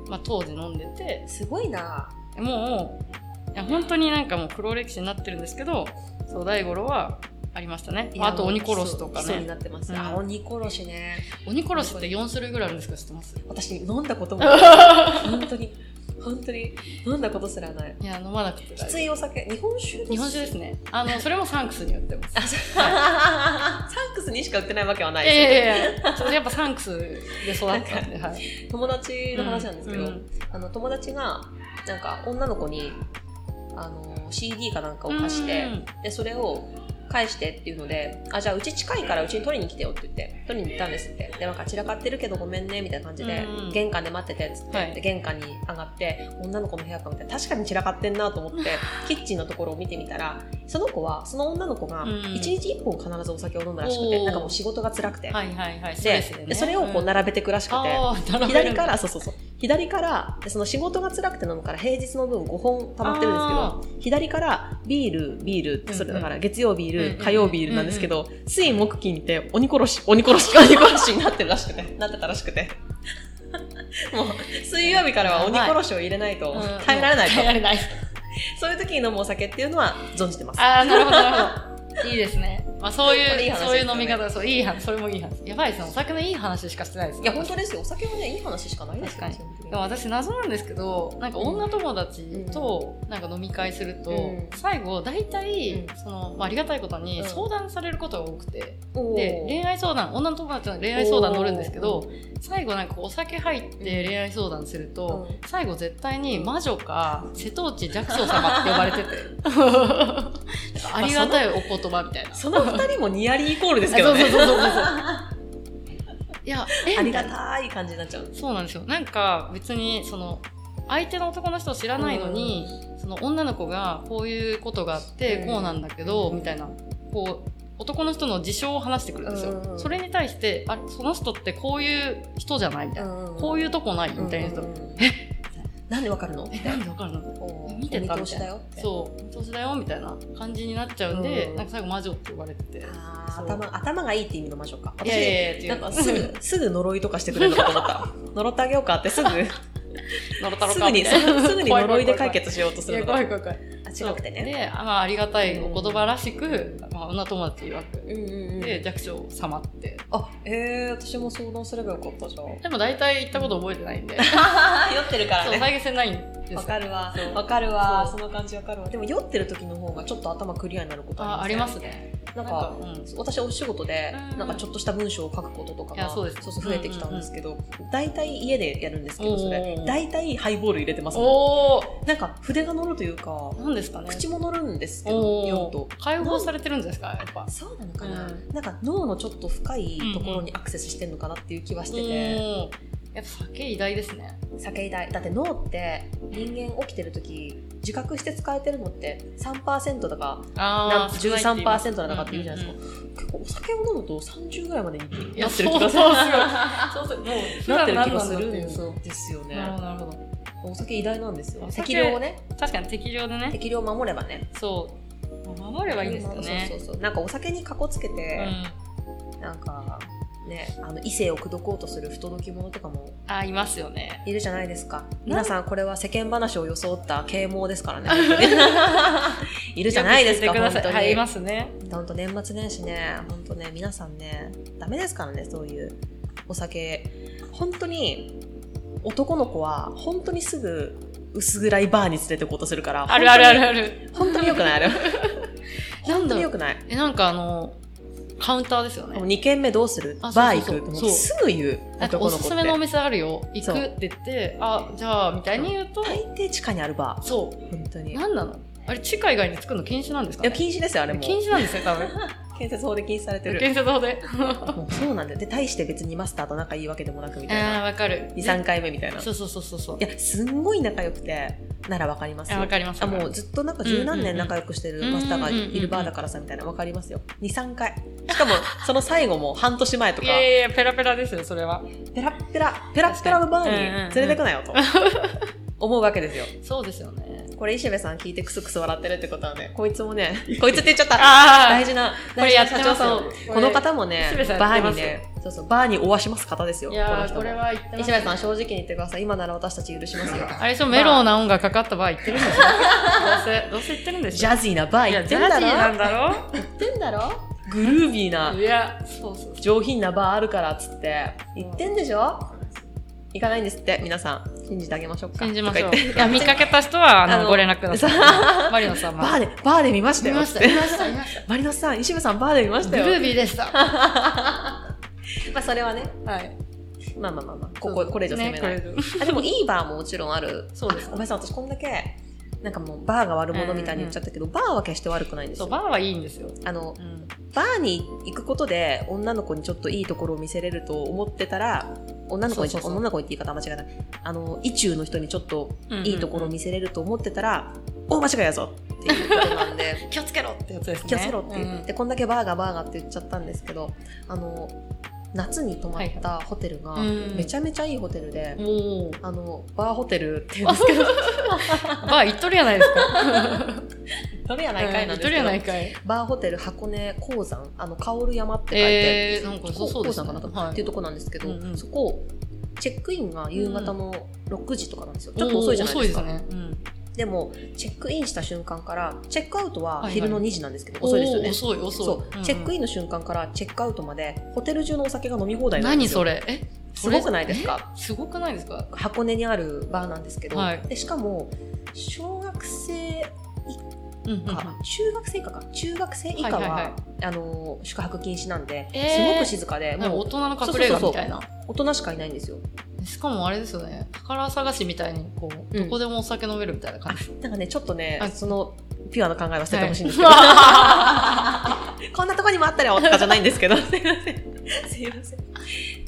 Speaker 1: 私
Speaker 2: まあ、当時飲んでて
Speaker 1: すごいな
Speaker 2: もういや本当になんかもう黒歴史になってるんですけどそう大五郎はありましたねあと鬼殺しとか
Speaker 1: そうに
Speaker 2: ね
Speaker 1: なってます、
Speaker 2: うん
Speaker 1: あ鬼殺しね
Speaker 2: 鬼殺しって4種類ぐらいあるんですけど知ってます
Speaker 1: 私飲んだことも ない本当に本当に飲んだことすらない
Speaker 2: いや飲まなくて大
Speaker 1: き
Speaker 2: 丈夫
Speaker 1: ついお酒日本酒
Speaker 2: 日本酒ですねあのそれもサンクスに売ってます
Speaker 1: あそうサンクスにしか売ってないわけはない
Speaker 2: いやい
Speaker 1: ですよ、
Speaker 2: やい や、ちょっとやっぱサンクスで育ったんで、はい。
Speaker 1: 友達の話なんですけど、
Speaker 2: う
Speaker 1: あの友達がなんか女の子にあの CD かなんかを貸して、
Speaker 2: うん
Speaker 1: でそれを返してっていうので、あ、じゃあうち近いからうちに取りに来てよって言って、取りに行ったんですって。で、なんか散らかってるけどごめんね、みたいな感じで
Speaker 2: うんうん、
Speaker 1: 玄関で待ってて、つって、
Speaker 2: はい
Speaker 1: で玄関に上がって、女の子の部屋かみたいな、確かに散らかってんなと思 って、キッチンのところを見てみたら、その子は、その女の子が、
Speaker 2: うん
Speaker 1: 1日1本必ずお酒を飲むらしくて、
Speaker 2: おー
Speaker 1: なんかもう仕事が辛くて。
Speaker 2: はいはいはい。ストレ
Speaker 1: で
Speaker 2: スでね。
Speaker 1: でそれをこう並べてくらしくて、
Speaker 2: あー並べる
Speaker 1: 左から、そうそうそう。左から、でその仕事が辛くて飲むから平日の分5本溜まってるん
Speaker 2: あ
Speaker 1: ですけど、左からビール、ビールってそれだか
Speaker 2: うん
Speaker 1: ら月曜ビール、
Speaker 2: うんうん
Speaker 1: 火曜ビールなんですけど、水木金って鬼殺し、鬼殺し、鬼殺しになってるらしくて、なってたらしくて。 もう、水曜日からは鬼殺しを入れないと
Speaker 2: うん
Speaker 1: 耐えられないと
Speaker 2: 耐え。られない。
Speaker 1: そういう時に飲むお酒っていうのは存じてます。
Speaker 2: ああ、なるほど、なる ほど。いいですね。まあ、そう
Speaker 1: これい
Speaker 2: い、
Speaker 1: いう話
Speaker 2: そういう飲み
Speaker 1: ですよ
Speaker 2: 方、そう、いい話、それもいい話。やばいですね。お酒のいい話しかしてないです
Speaker 1: い
Speaker 2: ね。
Speaker 1: や、本当ですよ。お酒はね、いい話しかないですよ
Speaker 2: 確か
Speaker 1: 基
Speaker 2: でも
Speaker 1: 本
Speaker 2: 私謎なんですけどなんか女友達となんか飲み会すると、
Speaker 1: うん
Speaker 2: 最後大体、
Speaker 1: うん
Speaker 2: そのまあ、ありがたいことに
Speaker 1: うん
Speaker 2: 相談されることが多くて、
Speaker 1: 的に
Speaker 2: で恋愛相談女の友達の恋愛相談乗るんですけど、最後なんかこうお酒入って恋愛相談すると、
Speaker 1: うん
Speaker 2: 最後絶対に魔女か瀬戸内寂聴様って呼ばれてて なんかありがたいお言葉みたいな。
Speaker 1: その二人もニアリーイコールですけ
Speaker 2: そ
Speaker 1: ど
Speaker 2: う
Speaker 1: ね
Speaker 2: そう。そうそうそういやえ
Speaker 1: ありがたい感じになっちゃう。
Speaker 2: そうなんですよ。なんか別にその相手の男の人を知らないのに、その女の子がこういうことがあって
Speaker 1: うん
Speaker 2: こうなんだけど、
Speaker 1: うん
Speaker 2: みたいなこう男の人の事象を話してくるんですよ。
Speaker 1: うん
Speaker 2: それに対してあれその人ってこういう人じゃないみたいな、こういううとこないみたいな人、
Speaker 1: えなんでわかるの
Speaker 2: えなんでわかるの？
Speaker 1: お
Speaker 2: 見てた
Speaker 1: 見通しだよって
Speaker 2: そう見通しだよみたいな感じになっちゃうんで、
Speaker 1: うん
Speaker 2: なんか最後魔女って呼ばれてて。
Speaker 1: あー
Speaker 2: そう
Speaker 1: 頭頭がいいって意味の魔女か
Speaker 2: いやいやい
Speaker 1: 私
Speaker 2: や
Speaker 1: な
Speaker 2: 違
Speaker 1: んかす
Speaker 2: う。
Speaker 1: ぐすぐ呪いとかしてくれるのかと思 った呪ってあげようかってすぐ
Speaker 2: のろたろ
Speaker 1: す
Speaker 2: か
Speaker 1: ぐ
Speaker 2: み
Speaker 1: に
Speaker 2: たいな
Speaker 1: すぐに呪いで解決しようとす
Speaker 2: い
Speaker 1: るの
Speaker 2: や怖
Speaker 1: か
Speaker 2: い怖い怖い。
Speaker 1: とあ違くてね
Speaker 2: で、あまあ、ありがたいお言葉らしく、まあ、女友達曰く。
Speaker 1: うんうんうん
Speaker 2: で、弱小様って。
Speaker 1: あえー、私も相談すればよかったじ ゃん
Speaker 2: でも大体行ったこと覚えてない んで。
Speaker 1: 酔ってるか
Speaker 2: そう、再現性ないんですよ
Speaker 1: わかるわ
Speaker 2: そう
Speaker 1: わかるわ
Speaker 2: そ
Speaker 1: その感じわかるわでも酔ってる時の方がちょっと頭クリアになること
Speaker 2: あ、あ
Speaker 1: あ
Speaker 2: り
Speaker 1: り
Speaker 2: ま
Speaker 1: ます
Speaker 2: す
Speaker 1: ね
Speaker 2: ね。
Speaker 1: なん
Speaker 2: なん
Speaker 1: か
Speaker 2: か、うん。
Speaker 1: 私お仕事で
Speaker 2: うん
Speaker 1: なんかちょっとした文章を書くこととか
Speaker 2: いや
Speaker 1: が
Speaker 2: そ
Speaker 1: そうう
Speaker 2: です
Speaker 1: そう増えてきたんですけど大体家でやるんですけ
Speaker 2: おー
Speaker 1: どそれ大体ハイボール入れてますも
Speaker 2: おー、
Speaker 1: んなんか筆が乗るというか
Speaker 2: 何ですかね。
Speaker 1: 口も乗るんですけど酔
Speaker 2: お
Speaker 1: うと
Speaker 2: ー、解放されてるんじゃないですか、やっぱ。
Speaker 1: そうなのかな
Speaker 2: うん
Speaker 1: なんか脳のちょっと深いところにアクセスしてんのかなっていう気はしてて
Speaker 2: おーやっぱ酒偉大ですね。
Speaker 1: 酒代だって脳って人間起きてる時自覚して使えてるのって3%だかなん
Speaker 2: あー、
Speaker 1: 13%だかって言うじゃないです
Speaker 2: か。うんうんうん
Speaker 1: すか結構お酒を飲むと30ぐらいまでに
Speaker 2: い
Speaker 1: な
Speaker 2: や、
Speaker 1: って
Speaker 2: そう
Speaker 1: る気
Speaker 2: そ
Speaker 1: が
Speaker 2: う
Speaker 1: す
Speaker 2: そ
Speaker 1: る。
Speaker 2: うそうそう。もう、普
Speaker 1: なっ
Speaker 2: 段
Speaker 1: てる気が
Speaker 2: 何なん
Speaker 1: す
Speaker 2: だって
Speaker 1: るん
Speaker 2: い
Speaker 1: で
Speaker 2: う。
Speaker 1: すですよ
Speaker 2: なる
Speaker 1: ね
Speaker 2: ほ。ど、なるほど。
Speaker 1: お酒偉大なんですよ
Speaker 2: お。酒
Speaker 1: 適量をね、
Speaker 2: 確かに適量でね。
Speaker 1: 適量を守ればね。
Speaker 2: そう。守ればいいんですよ
Speaker 1: そ
Speaker 2: ね。
Speaker 1: うそうそう。なんかお酒にかこつけ
Speaker 2: う
Speaker 1: て、
Speaker 2: ん。
Speaker 1: なんかね、あの異性を口説こうとする不届き者とかも
Speaker 2: あ、いますよね。
Speaker 1: いるじゃないですか。皆さんこれは世間話を装った啓蒙ですからね。 いるじゃないですか。
Speaker 2: よく知って
Speaker 1: 本
Speaker 2: くださ
Speaker 1: 当
Speaker 2: い。はい、いま
Speaker 1: に。
Speaker 2: すね。
Speaker 1: 本当年末年始ね、本当ね、皆さんね、ダメですからね、そういうお酒。本当に男の子は本当にすぐ薄暗いバーに連れて行こうとするから。
Speaker 2: あるあるあ
Speaker 1: 本当に本当
Speaker 2: るある。
Speaker 1: に良くないあれ。
Speaker 2: なん
Speaker 1: 本当
Speaker 2: だ
Speaker 1: に
Speaker 2: ろ
Speaker 1: 良
Speaker 2: う。
Speaker 1: くない。
Speaker 2: え、なんかあの、カウンターですよ
Speaker 1: もう
Speaker 2: ね。
Speaker 1: 2軒目どうする
Speaker 2: あ
Speaker 1: バー
Speaker 2: そうそう
Speaker 1: 行く
Speaker 2: そう
Speaker 1: もうすぐ言う。
Speaker 2: なんか
Speaker 1: 男の
Speaker 2: おす
Speaker 1: 子っ
Speaker 2: す
Speaker 1: て
Speaker 2: めのお店あるよ。行
Speaker 1: そう
Speaker 2: くって言って、あ、じゃあ、みたいに言うと、
Speaker 1: 大抵地下にあるバ
Speaker 2: そ
Speaker 1: ー。本当
Speaker 2: う。
Speaker 1: に。い
Speaker 2: なんなのあれ、地下以外に作るの禁止なんですか
Speaker 1: や、
Speaker 2: ね
Speaker 1: 禁止ですよ、あれも。
Speaker 2: 禁止なんですよ、多 分。
Speaker 1: 建設法で禁止されてる。
Speaker 2: 建設法 で。
Speaker 1: もうそうなんだよ。で、対して別にマスターと仲いいわけでもなくみ
Speaker 2: あ
Speaker 1: たい
Speaker 2: ー、
Speaker 1: な。
Speaker 2: わかる。
Speaker 1: 2、3回目みたいな。い
Speaker 2: そうそうそうそうそう。
Speaker 1: や、すんごい仲良くて、ならわかります
Speaker 2: あ、
Speaker 1: よ
Speaker 2: わ。かります。
Speaker 1: あ、もうずっとなんか十何
Speaker 2: うんうんう
Speaker 1: 年
Speaker 2: ん
Speaker 1: 仲良くしてるマスターがいるバーだからさ、みたいな。わかりますよ。2、3回。 しかも、その最後も半年前と
Speaker 2: い
Speaker 1: か、
Speaker 2: やいやいや、ペラペラですよ、それは。
Speaker 1: ペラッペラ、ペラッペラのバーに連れてくな よと。思うわけですよ。
Speaker 2: そうですよね。
Speaker 1: これ石部さん聞いてクスクス笑ってるってことはね、こいつもね、こいつって言っちゃった。
Speaker 2: あ
Speaker 1: 大事な、
Speaker 2: これ
Speaker 1: 大事
Speaker 2: や
Speaker 1: な
Speaker 2: って
Speaker 1: 社
Speaker 2: ます
Speaker 1: 長
Speaker 2: よ
Speaker 1: さんを
Speaker 2: これ
Speaker 1: この方もね
Speaker 2: 石部さ、んや
Speaker 1: バ
Speaker 2: って
Speaker 1: ー
Speaker 2: ま
Speaker 1: に
Speaker 2: すよ
Speaker 1: ね、そうそう、バーにおわします方ですよ。
Speaker 2: いやー、
Speaker 1: この
Speaker 2: こ
Speaker 1: 人
Speaker 2: れ
Speaker 1: も。
Speaker 2: は言ってます
Speaker 1: 石部さん、正直に言ってください。今なら私たち許しますよ。
Speaker 2: あれでしょ、メロウな音がかかった場合言ってるんでしょどう せ、どうせ言ってるんでし
Speaker 1: ジ
Speaker 2: ょ
Speaker 1: ャズィーなバー
Speaker 2: い
Speaker 1: 行
Speaker 2: や、
Speaker 1: って
Speaker 2: ジャ
Speaker 1: んだ
Speaker 2: ージーな
Speaker 1: ろ
Speaker 2: んだろ
Speaker 1: 行ってんだろグルービーない
Speaker 2: や、そうそう。
Speaker 1: 上品なバーあるからっつって、行ってんでしょ行かないんですって、皆さん。信じてあげましょうか。
Speaker 2: 信じましょ
Speaker 1: と
Speaker 2: う。
Speaker 1: か言って
Speaker 2: いや、見かけた人は、あ
Speaker 1: あ
Speaker 2: の、
Speaker 1: の
Speaker 2: ご連絡くださ い。マリオさん
Speaker 1: バー
Speaker 2: は。
Speaker 1: で、バーで見ました
Speaker 2: 見
Speaker 1: よ。
Speaker 2: ま
Speaker 1: っ
Speaker 2: してた、見ました、見まし。
Speaker 1: マリノスさん、石部さん、バーで見ました
Speaker 2: グ
Speaker 1: た
Speaker 2: ル
Speaker 1: よ。
Speaker 2: ービーでした。は
Speaker 1: まあ、それはね、
Speaker 2: い。
Speaker 1: まあまあまあまあ、ここ、これ以上攻めない。
Speaker 2: ねこれ以上
Speaker 1: あでもいいバーももちろんある。
Speaker 2: そうです
Speaker 1: あごめんなさい、私こんだけなんかもうバーが悪者みたいに言っちゃったけど、バーは決して悪くないんです
Speaker 2: そう
Speaker 1: よ。
Speaker 2: バーはいいんですよ、
Speaker 1: あの
Speaker 2: うん、
Speaker 1: バーに行くことで女の子にちょっといいところを見せれると思ってたら女の子に
Speaker 2: そうそうそう
Speaker 1: 女の子にって言い方は間違いないあの意中の人にちょっといいところを見せれると思ってたら、お間違いやぞっていうことなんで
Speaker 2: 気をつけろってやつですね
Speaker 1: 気をつけろって言
Speaker 2: うん
Speaker 1: って、こんだけバーガーバーガーって言っちゃったんですけどあの夏に泊まったホテルが
Speaker 2: はいはいうん
Speaker 1: めちゃめちゃいいホテルで、
Speaker 2: おお
Speaker 1: あのバーホテルって言 うんですけど
Speaker 2: バー行っとるやないですか
Speaker 1: それやないかいなんです
Speaker 2: うん行っとる
Speaker 1: け
Speaker 2: や
Speaker 1: ど、
Speaker 2: ないかい
Speaker 1: バーホテル箱根鉱山あの薫山って書いて、
Speaker 2: えー、なんかそうそうです
Speaker 1: 鉱山かなんかっていうとこなんですけど、
Speaker 2: うんうん
Speaker 1: そこチェックインが夕方の6時とかなんですよ、
Speaker 2: ち
Speaker 1: ちょっと遅いじゃないですか
Speaker 2: 遅いですね、うん
Speaker 1: でもチェックインした瞬間からチェックアウトは
Speaker 2: はい
Speaker 1: 昼の2時なんですけど、遅いですよね
Speaker 2: おー遅い遅い
Speaker 1: そう、チェックイ
Speaker 2: ン
Speaker 1: ンの瞬間からチェックアウトまでホテル中のお酒が飲み放題なんで
Speaker 2: 何
Speaker 1: すよ
Speaker 2: それえ
Speaker 1: すごくないですか
Speaker 2: えすごくないですか
Speaker 1: 箱根にあるバーなんですけど、
Speaker 2: はい
Speaker 1: でしかも小学生
Speaker 2: うんうんうん
Speaker 1: か、中学生以下か中学生以下は,、
Speaker 2: はいはいは
Speaker 1: あの宿泊禁止なんで、
Speaker 2: えー
Speaker 1: すごく静かで
Speaker 2: なんか
Speaker 1: も
Speaker 2: 大
Speaker 1: う
Speaker 2: 人の隠れ家みたいな
Speaker 1: 大人しかいないんですよ
Speaker 2: しかもあれですよね宝探しみたいにこう、
Speaker 1: うん
Speaker 2: どこでもお酒飲めるみたいな感じ
Speaker 1: なんかねちょっとね
Speaker 2: あ
Speaker 1: そのピュアな考えは捨ててほしいんですけど、
Speaker 2: は
Speaker 1: こんなとこにもあったらよとかじゃないんですけど すいませんすいません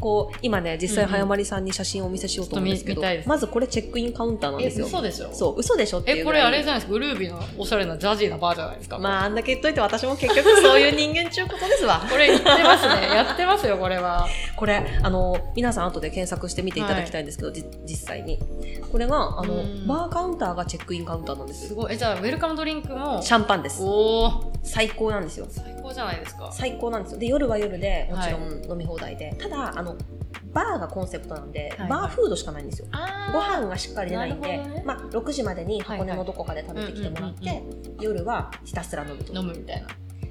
Speaker 1: こう今ね実際
Speaker 2: うんうん
Speaker 1: 早まりさんに写真をお見せしようと思うんですけど、
Speaker 2: ちょっと見見たいです
Speaker 1: まずこれチェックインカウンターなん
Speaker 2: え
Speaker 1: ですよ
Speaker 2: 嘘でしょ
Speaker 1: そう嘘でしょっていう
Speaker 2: えこ
Speaker 1: ぐ
Speaker 2: れ
Speaker 1: らい
Speaker 2: あれじゃないですかグルービーのおしゃれなジャジーなバーじゃないですか、
Speaker 1: まああんだけ言っといて私も結局そういう人間ちゅうことです わ
Speaker 2: これ言ってますねやってますよこれは
Speaker 1: これあの皆さん後で検索してみていただきたいんですけど、じ実際にこれがあの
Speaker 2: うん
Speaker 1: バーカウンターがチェックインカウンターなんです
Speaker 2: す
Speaker 1: よ
Speaker 2: ごいえじゃあウェルカムドリンクも
Speaker 1: シャンパンです
Speaker 2: おお
Speaker 1: 最高なんですよ
Speaker 2: 最高じゃないですか
Speaker 1: 最高なんですよで夜は夜でもちろ
Speaker 2: は
Speaker 1: ん飲み放題で、ただあのバーがコンセプトなんで、
Speaker 2: はい
Speaker 1: バーフードしかないんですよ
Speaker 2: あー
Speaker 1: ご飯がしっかり出ないんで、
Speaker 2: なるほどね
Speaker 1: まあ、6時までに箱根
Speaker 2: はいは
Speaker 1: の
Speaker 2: い
Speaker 1: どこかで食べてきてもらって、
Speaker 2: うんうん
Speaker 1: 夜はひたすら飲むと
Speaker 2: 飲むみたい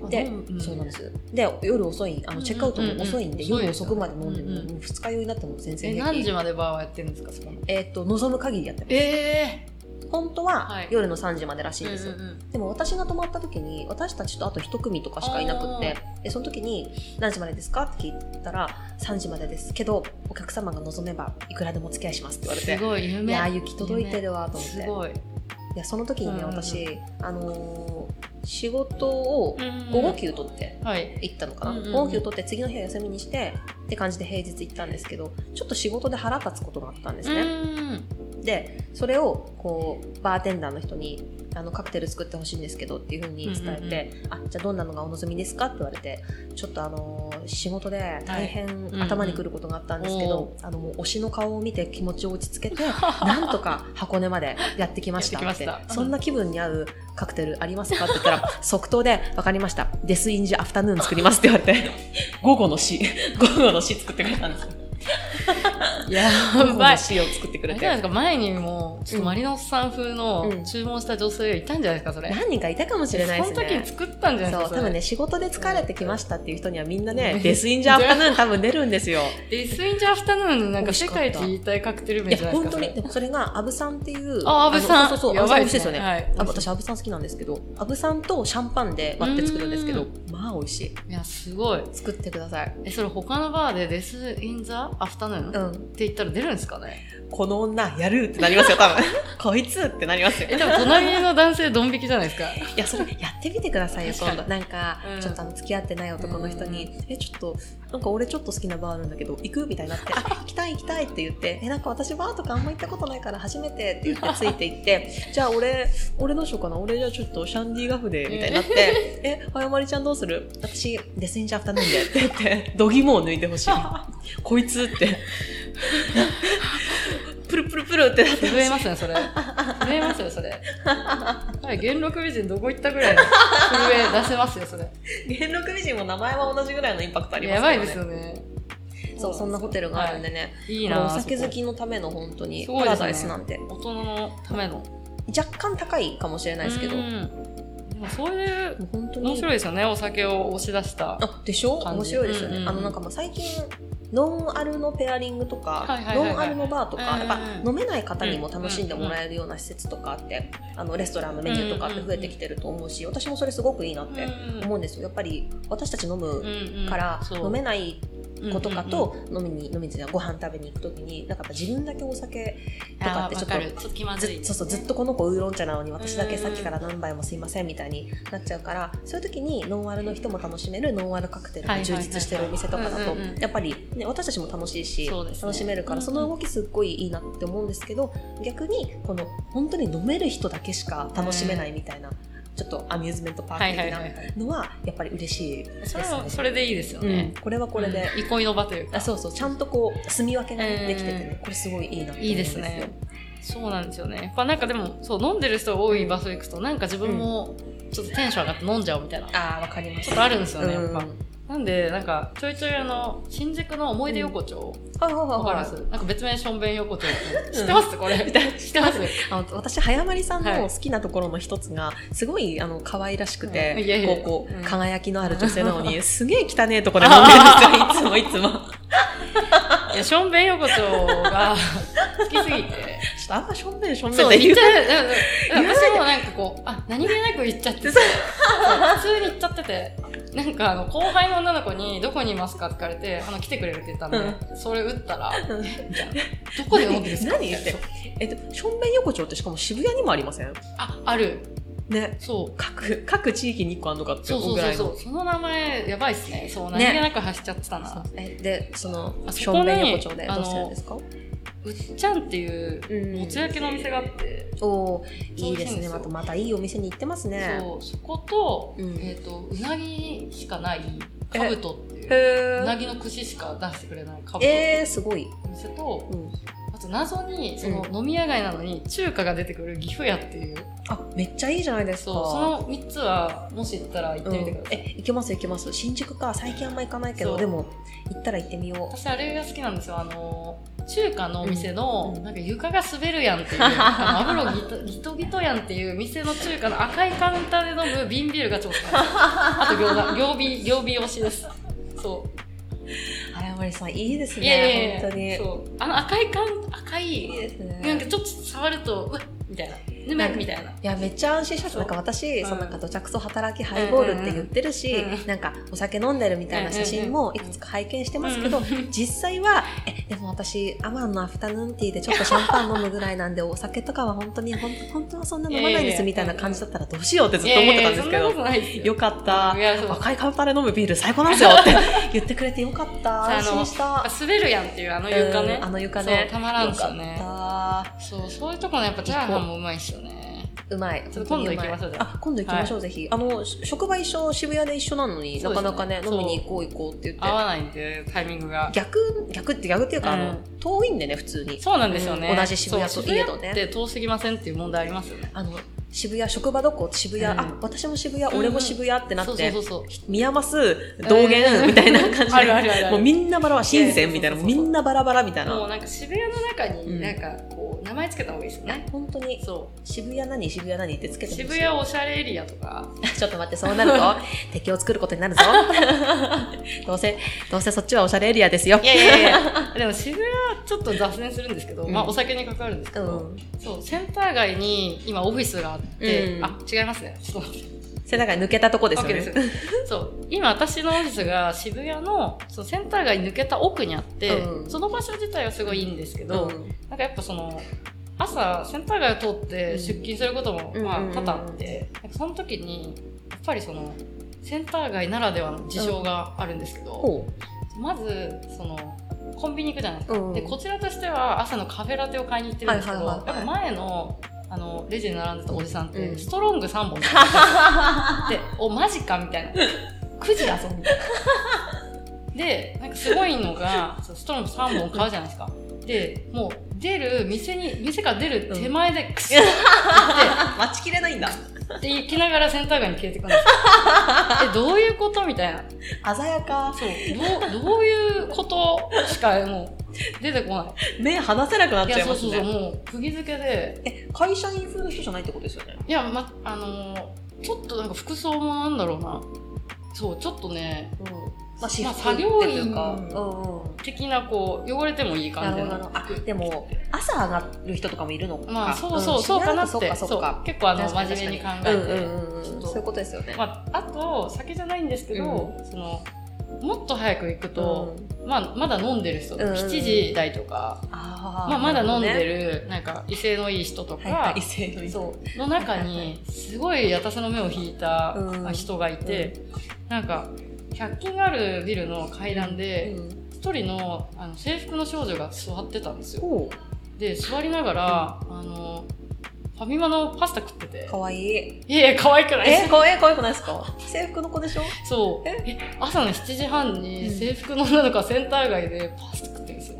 Speaker 2: な
Speaker 1: で
Speaker 2: 飲む
Speaker 1: そうなんですで夜遅いあ
Speaker 2: うんう
Speaker 1: の
Speaker 2: ん
Speaker 1: チェックアウトも遅いんで、
Speaker 2: うんうん
Speaker 1: 夜遅くまで飲んでも、
Speaker 2: うんうん
Speaker 1: 2日酔いになっても全然
Speaker 2: え
Speaker 1: 平
Speaker 2: 何
Speaker 1: 気
Speaker 2: 時までバーはやってるんですかそこの
Speaker 1: えっと望む限りやってます、
Speaker 2: え
Speaker 1: 本当
Speaker 2: は
Speaker 1: はい夜の3時までらし
Speaker 2: え
Speaker 1: いんですよ、
Speaker 2: うんうんうん
Speaker 1: でも私が泊まった時に私たちとあと1組とかしかいなくってでその時に「何時までですか?」って聞いたら「3時までですけどお客様が望めばいくらでもお付き合いします」って言われ
Speaker 2: す
Speaker 1: て。
Speaker 2: ごい
Speaker 1: い
Speaker 2: 夢
Speaker 1: やー雪届いてるわと思って
Speaker 2: すごい
Speaker 1: いやその時にね
Speaker 2: うんうんうん
Speaker 1: 私、あのー仕事を午後休取って
Speaker 2: はい
Speaker 1: 行ったのかな、
Speaker 2: うんうんうん
Speaker 1: 午後休取って次の日は休みにしてって感じで平日行ったんですけどちょっと仕事で腹立つことがあったんで
Speaker 2: です
Speaker 1: ね、でそれをこうバーテンダーの人にあのカクテル作ってほしいんですけどっていうふうに伝えて、あじゃあどんなのがお望みですかって言われてちょっとあのー仕事で大
Speaker 2: うんう
Speaker 1: 変
Speaker 2: ん
Speaker 1: 頭にくることがあったんですけど、
Speaker 2: お
Speaker 1: あのもう推しの顔を見て気持ちを落ち着けて なんとか箱根までやってきました
Speaker 2: や
Speaker 1: っ
Speaker 2: って
Speaker 1: て
Speaker 2: きました
Speaker 1: そんな気分に合うカクテルありますかって言ったら 即答で「分かりましたデスインジアフタヌーン作ります」って言われて 午後の詩 午後の詩作ってくれたんです よ
Speaker 2: や
Speaker 1: 午後
Speaker 2: ばい
Speaker 1: の詩を作ってく
Speaker 2: あ
Speaker 1: れ
Speaker 2: れじゃな
Speaker 1: て
Speaker 2: いですか前にもちょっとマリノスさん風
Speaker 1: うん
Speaker 2: の注文した女性いたんじゃないですかそれ、
Speaker 1: 何人かいたかもしれないですね
Speaker 2: その時に作ったんじゃない
Speaker 1: そう
Speaker 2: ですか
Speaker 1: 多
Speaker 2: それ
Speaker 1: 分ね仕事で疲れてきましたっていう人にはみんなね
Speaker 2: うん
Speaker 1: デスインジャーアフタヌーン多分出るんです よ
Speaker 2: デスインジャーアフタヌーンのなん
Speaker 1: 美
Speaker 2: か
Speaker 1: 味し
Speaker 2: 世
Speaker 1: かった
Speaker 2: 界一言いたいカクテル
Speaker 1: い
Speaker 2: 名じゃ
Speaker 1: や
Speaker 2: ないで
Speaker 1: 本
Speaker 2: す
Speaker 1: 当
Speaker 2: かそれ
Speaker 1: にでもそれがアブさんっていう
Speaker 2: あ阿部さん
Speaker 1: あのそうそうそう
Speaker 2: や
Speaker 1: アブさん
Speaker 2: ば
Speaker 1: 美
Speaker 2: い
Speaker 1: 味しいで
Speaker 2: で
Speaker 1: す
Speaker 2: す
Speaker 1: よ
Speaker 2: ね
Speaker 1: ね
Speaker 2: はい
Speaker 1: あ私アブさん好きなんですけどアブさんとシャンパンで割って作るんですけどまあ美味しい
Speaker 2: いやすごい
Speaker 1: 作ってください
Speaker 2: えそれ他のバーでデスインザアフタヌーン、
Speaker 1: う
Speaker 2: っ
Speaker 1: ん
Speaker 2: て言ったら出るんですかね
Speaker 1: この女やるってなりますよ多分 こいつってなりますよ
Speaker 2: えでも隣の男性ドン引きじゃな いですか
Speaker 1: いやそれやってみてくださいよ
Speaker 2: 確か
Speaker 1: 今
Speaker 2: に
Speaker 1: 度なんか、
Speaker 2: うん
Speaker 1: ちょっとあの付き合ってない男の人に「えちょっとなんか俺ちょっと好きなバーあるんだけど行く?」みたいにな って「あ行きたい行きたい」って言って「えなんか私バーとかあんま行ったことないから初めて」って言ってついて行って「じゃあ俺俺どうしようかな俺じゃあちょっとシャンディガフで」みたいになって 「えあやまりちゃんどうする私デスインジャーアフタヌーンで」って言って度肝を抜いてほ しいこいつってプルプルプルってなってほしい
Speaker 2: 震えますねそれ震えますよそれはい元禄美人どこ行ったぐらいの震え出せますよそれ
Speaker 1: 元禄美人も名前は同じぐらいのインパクトあります
Speaker 2: や
Speaker 1: けど
Speaker 2: ば
Speaker 1: ね
Speaker 2: いですよね
Speaker 1: そう、そんなホテルがあるんでね。
Speaker 2: いい
Speaker 1: これ
Speaker 2: な
Speaker 1: お酒好
Speaker 2: そこ
Speaker 1: きのための本当に
Speaker 2: す
Speaker 1: パ
Speaker 2: ごいですね
Speaker 1: ラダイスなんて。
Speaker 2: 大人のための
Speaker 1: 若干高いかもしれないですけど、
Speaker 2: う
Speaker 1: も
Speaker 2: んでもそういう
Speaker 1: う本当に。
Speaker 2: 面白いですよねお酒を押し出した
Speaker 1: あ、でしょ
Speaker 2: 感じ
Speaker 1: 面白いですよね。
Speaker 2: うんうん
Speaker 1: あの、なんかまあ最近、ノンアルのペアリングとか、
Speaker 2: はいはいはいはい
Speaker 1: ノンアルのバーとか、
Speaker 2: うん
Speaker 1: や
Speaker 2: う
Speaker 1: っ
Speaker 2: ん
Speaker 1: ぱ飲めない方にも楽しんでもらえるような施設とかあって、あの、レストランのメニューとかって増えてきてると思うし、私もそれすごくいいなって思うんですよ。やっぱり私たち飲む
Speaker 2: うんうん
Speaker 1: から、
Speaker 2: そう
Speaker 1: 飲めない子とかと飲みに、飲みにご飯食べに行く時になんかやっぱ自分だけお酒とかってちょっと
Speaker 2: あーわかるちょっと気ま
Speaker 1: ず
Speaker 2: ずいね、
Speaker 1: そうそうずっとこの子ウーロン茶なのに私だけさっきから何杯もすいませんみたいになっちゃうからそういう時にノンアルの人も楽しめるノンアルカクテルが充実してるお店とかだ
Speaker 2: はいは
Speaker 1: と
Speaker 2: いはいはいうんうんうん
Speaker 1: やっぱり、ね、私たちも楽しいし、
Speaker 2: そうですね
Speaker 1: 楽しめるか
Speaker 2: う
Speaker 1: ら
Speaker 2: んうん
Speaker 1: その動きすっごいいいなって思うんですけど逆にこの本当に飲める人だけしか楽しめないみたいなちょっとアミューズメントパーク的
Speaker 2: はいはいはいは
Speaker 1: なのはやっぱり嬉しいです
Speaker 2: そ
Speaker 1: ね
Speaker 2: れ。はそれでいいですよね
Speaker 1: う、んこれはこれで、
Speaker 2: うん憩いの場というか
Speaker 1: あそうそうちゃんとこう住み分けがねできててね、
Speaker 2: うん
Speaker 1: これすごいいいなと思うんですよ
Speaker 2: いいですねそうなんですよねやっぱなんかでもそう飲んでる人が多い場所行くとなんか自分もちょっとテンション上がって飲んじゃおうみたいな
Speaker 1: あーわかります
Speaker 2: ちょっとあるんですよねやっぱ、
Speaker 1: うん
Speaker 2: なんでなんかちょいちょいあの新宿の思い出横丁
Speaker 1: はいはい
Speaker 2: わか
Speaker 1: は
Speaker 2: りま
Speaker 1: い
Speaker 2: す、
Speaker 1: はい
Speaker 2: なんか別名しょんべん横丁って知ってます これ知ってます
Speaker 1: あの私早まりさん
Speaker 2: はい
Speaker 1: の好きなところの一つがすごいあの可愛らしくて、
Speaker 2: うんいやいやいや
Speaker 1: こうこ
Speaker 2: うん
Speaker 1: う輝きのある女性なの にすげえ汚えところで飲んでるんですよいつもいつも ちょ
Speaker 2: いやしょんべん横丁が好きす ぎて
Speaker 1: っとあんましょんべんしょんべん
Speaker 2: そ
Speaker 1: っ
Speaker 2: う、
Speaker 1: て言
Speaker 2: 言っ
Speaker 1: う
Speaker 2: ちゃううん。
Speaker 1: 言わないで
Speaker 2: 私もなんかこう、あ、何気なく言っちゃってて、
Speaker 1: そ
Speaker 2: そうう普通に言っちゃってて、なんかあの、後輩の女の子に、どこにいますかって聞かれて、あの、来てくれるって言ったんで、それ打ったら、え
Speaker 1: うん
Speaker 2: みたいなどこで飲んでるんですか
Speaker 1: 何
Speaker 2: みたいな
Speaker 1: 何えっとしょんべん横丁ってしかも渋谷にもありません
Speaker 2: あ、ある。
Speaker 1: ね
Speaker 2: そう。
Speaker 1: 各各地域に1個あんのかって
Speaker 2: そ
Speaker 1: いう
Speaker 2: そうう
Speaker 1: ぐ
Speaker 2: そ
Speaker 1: ら
Speaker 2: う
Speaker 1: い
Speaker 2: そ
Speaker 1: の
Speaker 2: う。その名前、やばいっすね。そう、何
Speaker 1: ね
Speaker 2: 気なく走っちゃってたな。
Speaker 1: えでその
Speaker 2: あそこに
Speaker 1: しょんべん横丁でどうしてるんですか
Speaker 2: うっちゃんっていう、
Speaker 1: うん
Speaker 2: おつ焼きのお店があって、
Speaker 1: おーいいです
Speaker 2: 美味しいんです
Speaker 1: ね
Speaker 2: よ
Speaker 1: またまたいいお店に行ってますね
Speaker 2: そう、そこと、
Speaker 1: うん
Speaker 2: えっ、と、うなぎしかない、かぶとっていう、う
Speaker 1: へ
Speaker 2: なぎの串しか出してくれないかぶと。
Speaker 1: えー、すごい、
Speaker 2: お店と
Speaker 1: うん、
Speaker 2: あと謎にその飲み屋街なのに中華が出てくる岐阜屋っていう、
Speaker 1: あめっちゃいいじゃないです
Speaker 2: そ
Speaker 1: か
Speaker 2: うその3つはもし行ったら行ってみてください、
Speaker 1: え行けます行けます新宿か最近あんま行かないけ
Speaker 2: そう
Speaker 1: どでも行ったら行ってみよ
Speaker 2: 私あれが好きなんですよあの中華のお店の、
Speaker 1: うん
Speaker 2: なんか床が滑るや んっていうあの油ギトギトギトやんっていう店の中華の赤いカウンターで飲む瓶ビールが超好きなんですよあと 餃子餃瓶餃瓶推しですそう
Speaker 1: 早森さんいいです
Speaker 2: ういやいや
Speaker 1: ね
Speaker 2: いや
Speaker 1: 本当に
Speaker 2: そうあの赤いカウン赤い
Speaker 1: いいです
Speaker 2: なんか
Speaker 1: ね
Speaker 2: ちょっと触るとうわっみたいなぬめっみたいない
Speaker 1: やめっちゃ安心しましたな
Speaker 2: そう
Speaker 1: んか私、
Speaker 2: うん
Speaker 1: そのなんか土着そ働きハイボールって言ってるし、
Speaker 2: うんうん
Speaker 1: なんかお酒飲んでるみたいな写真もいくつか拝見してますけど、実際はえでも私アマンのアフタヌーンティーでちょっとシャンパン飲むぐらいなんでお酒とかは本当に本当本当はそんな飲まないんですみたいな感じだったらどうしようってずっと思ってたんですけ
Speaker 2: いやいやいやそ
Speaker 1: ど
Speaker 2: んなことないですよ
Speaker 1: よかった
Speaker 2: いやそう
Speaker 1: 赤いカウンターで飲むビール最高なんですよって言ってくれてよかった
Speaker 2: そうあ
Speaker 1: 安
Speaker 2: の
Speaker 1: 心した
Speaker 2: 滑るやんっていうあの床ね
Speaker 1: うんあの床
Speaker 2: そう
Speaker 1: ね
Speaker 2: たまらんですよね
Speaker 1: よかっ
Speaker 2: そうそういうとこのやっぱチャーハンもうまいっすよね
Speaker 1: たうまい
Speaker 2: ちょっと今度行きましょう
Speaker 1: 本当にまい
Speaker 2: じゃ
Speaker 1: あ今度行きましょう、ぜひあのし職場一緒渋谷で一緒なのに、
Speaker 2: そう
Speaker 1: な
Speaker 2: で
Speaker 1: か
Speaker 2: すね
Speaker 1: なかね
Speaker 2: そう
Speaker 1: 飲みに行こう行こうって言
Speaker 2: 合
Speaker 1: って
Speaker 2: わないんでタイミングが
Speaker 1: 逆逆って逆っていうか、あ
Speaker 2: う
Speaker 1: の遠いんでね普通に
Speaker 2: そうなんですよね、
Speaker 1: うん同じ渋谷といえどね
Speaker 2: そう渋谷って遠すぎませんっていう問題ありますよね
Speaker 1: あの渋谷職場どこ渋谷、
Speaker 2: うん
Speaker 1: あ私も渋谷俺も渋谷ってなって、
Speaker 2: そうそうそうそう
Speaker 1: 宮ます道元みたいな感じで、
Speaker 2: あるあるあるある
Speaker 1: もうみんなバラバラ深センみたいな
Speaker 2: そうそうそう
Speaker 1: みんなバラバラみたい
Speaker 2: もう
Speaker 1: な
Speaker 2: なんか渋谷の中
Speaker 1: う
Speaker 2: に
Speaker 1: ん
Speaker 2: なんかこう名前つけた方がいいですよね、
Speaker 1: 本当に
Speaker 2: そう
Speaker 1: 渋谷何渋谷何ってつけて
Speaker 2: 渋
Speaker 1: ほしい
Speaker 2: 谷おしゃれエリアとか
Speaker 1: ちょっと待って、そうなると 敵を作ることになるぞ。 どうせ、どうせそっちはおしゃれエリアですよ。
Speaker 2: いやいやいやでも渋谷はちょっと雑念するんですけど、
Speaker 1: うん
Speaker 2: まあお酒に関わるんです け
Speaker 1: う
Speaker 2: ど、
Speaker 1: ん。
Speaker 2: そうセンター街に今オフィスがあって、
Speaker 1: うん
Speaker 2: あ違いますねちょっと待って
Speaker 1: 背中抜けたとこですよ
Speaker 2: OK
Speaker 1: ね。
Speaker 2: そう今私のオフィスが渋谷のそのセンター街抜けた奥にあって、
Speaker 1: うん
Speaker 2: その場所自体はすごいいいんですけ
Speaker 1: う
Speaker 2: ど、
Speaker 1: ん
Speaker 2: なんかやっぱその朝センター街を通って出勤することも、
Speaker 1: うん
Speaker 2: まあ、
Speaker 1: うん
Speaker 2: 多々あって、なんかその時にやっぱりそのセンター街ならではの事情があるんですけど、
Speaker 1: ほ
Speaker 2: まずそのコンビニ行くじゃないですか、
Speaker 1: うん
Speaker 2: でこちらとしては朝のカフェラテを買いに行ってるんですけど、
Speaker 1: はいはいはいはい
Speaker 2: やっぱ前のあのレジに並んでたおじさんって、
Speaker 1: うん
Speaker 2: ストロング3本で でおマジかみたいな9時だぞみたいなでなんかすごいのがそうストロング3本買うじゃないですかでもう出る店に店から出る手前でクシュッ
Speaker 1: う。待ちきれないんだ。
Speaker 2: って行きながらセンター街に消えてくるんです よえどういうことみたいな
Speaker 1: 鮮やか。
Speaker 2: そうどうどういうことしかもう出てこない
Speaker 1: 目離せなくなっ
Speaker 2: い
Speaker 1: ちゃ
Speaker 2: や、
Speaker 1: い
Speaker 2: そ
Speaker 1: ま
Speaker 2: う
Speaker 1: す
Speaker 2: そうそう、
Speaker 1: ね。
Speaker 2: もう、釘付けで、
Speaker 1: え、会社員風の人じゃないってことですよね。
Speaker 2: いや、ま、あのーちょっとなんか服装もなんだろうな、そう、ちょっとね、
Speaker 1: うん。
Speaker 2: まあ
Speaker 1: 私服
Speaker 2: 作業員
Speaker 1: っていうか。
Speaker 2: うん
Speaker 1: うんうん。
Speaker 2: 的な、こう、汚れてもいい
Speaker 1: な
Speaker 2: 感
Speaker 1: る
Speaker 2: じ
Speaker 1: ほどな
Speaker 2: の
Speaker 1: るほど。あ、でも、朝上がる人とかもいるのか。
Speaker 2: まあ、そうそう、
Speaker 1: ん
Speaker 2: そうかなっ
Speaker 1: そ
Speaker 2: て、
Speaker 1: かそ
Speaker 2: そうう
Speaker 1: か。
Speaker 2: 結構、あの、
Speaker 1: 確かに
Speaker 2: 真面目に考
Speaker 1: 確
Speaker 2: えて、
Speaker 1: かにうんうんうんうん。
Speaker 2: ちょっと
Speaker 1: そういうことですよね。
Speaker 2: まあ、あと、酒じゃないんですけど、その、もっと早く行くと、
Speaker 1: うん
Speaker 2: まあ、まだ飲んでる人、
Speaker 1: うんうんうん
Speaker 2: 7時台とか、
Speaker 1: あ
Speaker 2: まあ、まだ飲んで
Speaker 1: る
Speaker 2: る、なんか威勢のいい人と
Speaker 1: は
Speaker 2: か、
Speaker 1: いはい、異性の異
Speaker 2: そうの中にすごいやたせの目を引いた
Speaker 1: うん
Speaker 2: 人がいて、なんか100均があるビルの階段で
Speaker 1: うん
Speaker 2: 一人のあの制服の少女が座ってたんですよ
Speaker 1: おう
Speaker 2: で座りながらあのファミマのパスタ食ってて
Speaker 1: かわいい
Speaker 2: いやいや可愛くない
Speaker 1: えかわいいかわいくないですか制服の子でしょ
Speaker 2: そう
Speaker 1: え
Speaker 2: え朝の7時半に
Speaker 1: うん
Speaker 2: 制服の女の子がセンター街でパスタ食ってるんですよ、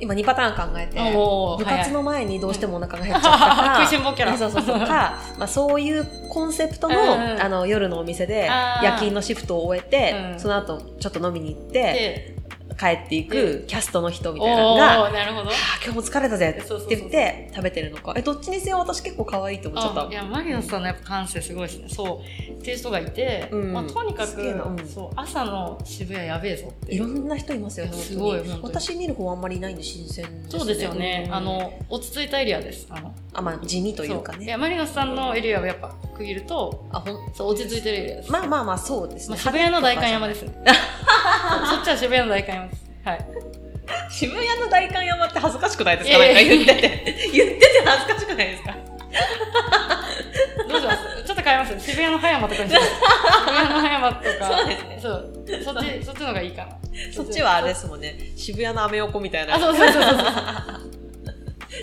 Speaker 1: 今2パターン考えて
Speaker 2: あもう
Speaker 1: 部活
Speaker 2: はい
Speaker 1: の前にどうしてもお腹が減っちゃった
Speaker 2: はい 食い
Speaker 1: か
Speaker 2: しん坊キャラ
Speaker 1: そうそうそうか、まあ、そういうコンセプトの,、
Speaker 2: うんうん
Speaker 1: あの夜のお店で
Speaker 2: あー
Speaker 1: 夜勤のシフトを終えて、
Speaker 2: うん
Speaker 1: その後ちょっと飲みに行って
Speaker 2: で
Speaker 1: 帰っていくキャストの人み
Speaker 2: お
Speaker 1: たいなのが
Speaker 2: ーなるほど
Speaker 1: あー今日も疲れたぜ
Speaker 2: そうそ
Speaker 1: っ
Speaker 2: うそう
Speaker 1: て言って食べてるのかえどっちにせよ私結構可愛いと思っちゃっ
Speaker 2: あ
Speaker 1: た
Speaker 2: いやマリノスさんのやっぱ感性すごいですねそうっていう人がいて、
Speaker 1: うん
Speaker 2: まあ、とにか
Speaker 1: す
Speaker 2: く、
Speaker 1: げえなうん
Speaker 2: そう朝の渋谷やべえぞって
Speaker 1: い
Speaker 2: い
Speaker 1: ろ
Speaker 2: うん
Speaker 1: な人いますよね
Speaker 2: いや
Speaker 1: 本当に
Speaker 2: すごい本当に
Speaker 1: 私見る方はあんまりいないんで新鮮ですね
Speaker 2: そうですよね、
Speaker 1: うん
Speaker 2: あの落ち着いたエリアですあの
Speaker 1: あまあ地味というか
Speaker 2: そう
Speaker 1: ね
Speaker 2: やマリノスさんのエリアをやっぱ区切ると
Speaker 1: あほん
Speaker 2: そう落ち着いてるエリアです
Speaker 1: まあ
Speaker 2: ま
Speaker 1: まあまあそうですね、
Speaker 2: あ渋谷の代官山ですねそうそっちは渋谷の代官山ですはい
Speaker 1: 渋谷の代官山って恥ずかしくないですか、
Speaker 2: いやいや
Speaker 1: なんか言ってて。 言ってて恥ずかしくないです か
Speaker 2: どうしますち ょっと変えます渋谷の葉山とか にします渋谷の葉山とか
Speaker 1: そうですね
Speaker 2: そうそっちそっちの方がいいかな
Speaker 1: そっちはあれですもんね。渋谷のアメ横みたい
Speaker 2: あ
Speaker 1: な。
Speaker 2: そうそう そうそう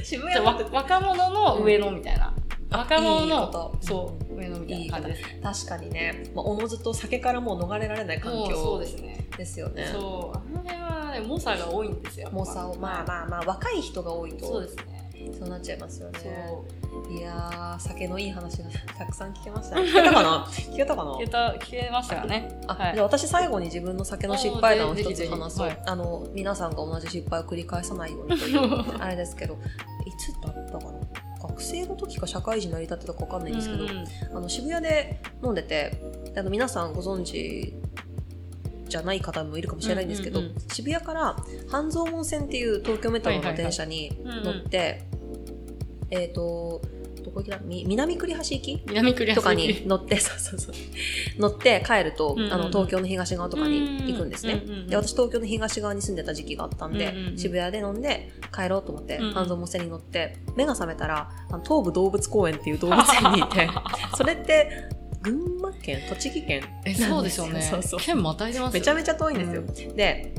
Speaker 1: 渋
Speaker 2: じゃ
Speaker 1: 谷
Speaker 2: あ
Speaker 1: の
Speaker 2: わ若者の上野みたいな、若者
Speaker 1: いいこ
Speaker 2: の
Speaker 1: と
Speaker 2: そう上野みたいな感じですね
Speaker 1: 確かにね、まあ、おのずと酒からもう逃れられない環
Speaker 2: もう
Speaker 1: 境
Speaker 2: そうですね
Speaker 1: ですよね。
Speaker 2: そうあの辺はね猛者が多いんですよ
Speaker 1: もうさ、まあ
Speaker 2: あ
Speaker 1: まあまあ、若い人が多いと、
Speaker 2: そうですね
Speaker 1: そうなっちゃいますよ
Speaker 2: そう
Speaker 1: ね。いやー、酒のいい話がたくさん聞けま したね。聞けたかな聞けたかな
Speaker 2: 聞けた聞けましたかね
Speaker 1: あ、
Speaker 2: はい
Speaker 1: じゃあ私最後に自分の酒の失敗談を一
Speaker 2: あぜ
Speaker 1: つ
Speaker 2: ひ
Speaker 1: 話そう、
Speaker 2: ぜひぜ
Speaker 1: あの皆さんが同じ失敗を繰り返さないようにというあれですけどいつだったかな学生の時か社会人になりたてたか分かんないんですけど、
Speaker 2: うんうん
Speaker 1: あの渋谷で飲んでてあの皆さんご存知じゃない方もいるかもしれないんですけど、
Speaker 2: うんうんうん
Speaker 1: 渋谷から半蔵門線っていう東京メトロの電車に
Speaker 2: はいはいはい
Speaker 1: 乗って、えっ、とどこ行きだみ南栗橋行き
Speaker 2: 南クリア
Speaker 1: とかに乗って、 そうそうそう。乗って帰ると、
Speaker 2: うんうん
Speaker 1: あの、東京の東側とかに行くんですね。で、私東京の東側に住んでた時期があったんで、
Speaker 2: うんうんうん
Speaker 1: 渋谷で飲んで帰ろうと思って、
Speaker 2: うんうん
Speaker 1: 半蔵門線に乗って、目が覚めたら、あの東武動物公園っていう動物園にい て、それって、群馬県、栃木県
Speaker 2: えそうですよね
Speaker 1: そうそう
Speaker 2: 県またいでます
Speaker 1: めちゃ
Speaker 2: めち
Speaker 1: めちゃ遠いんですよ。で、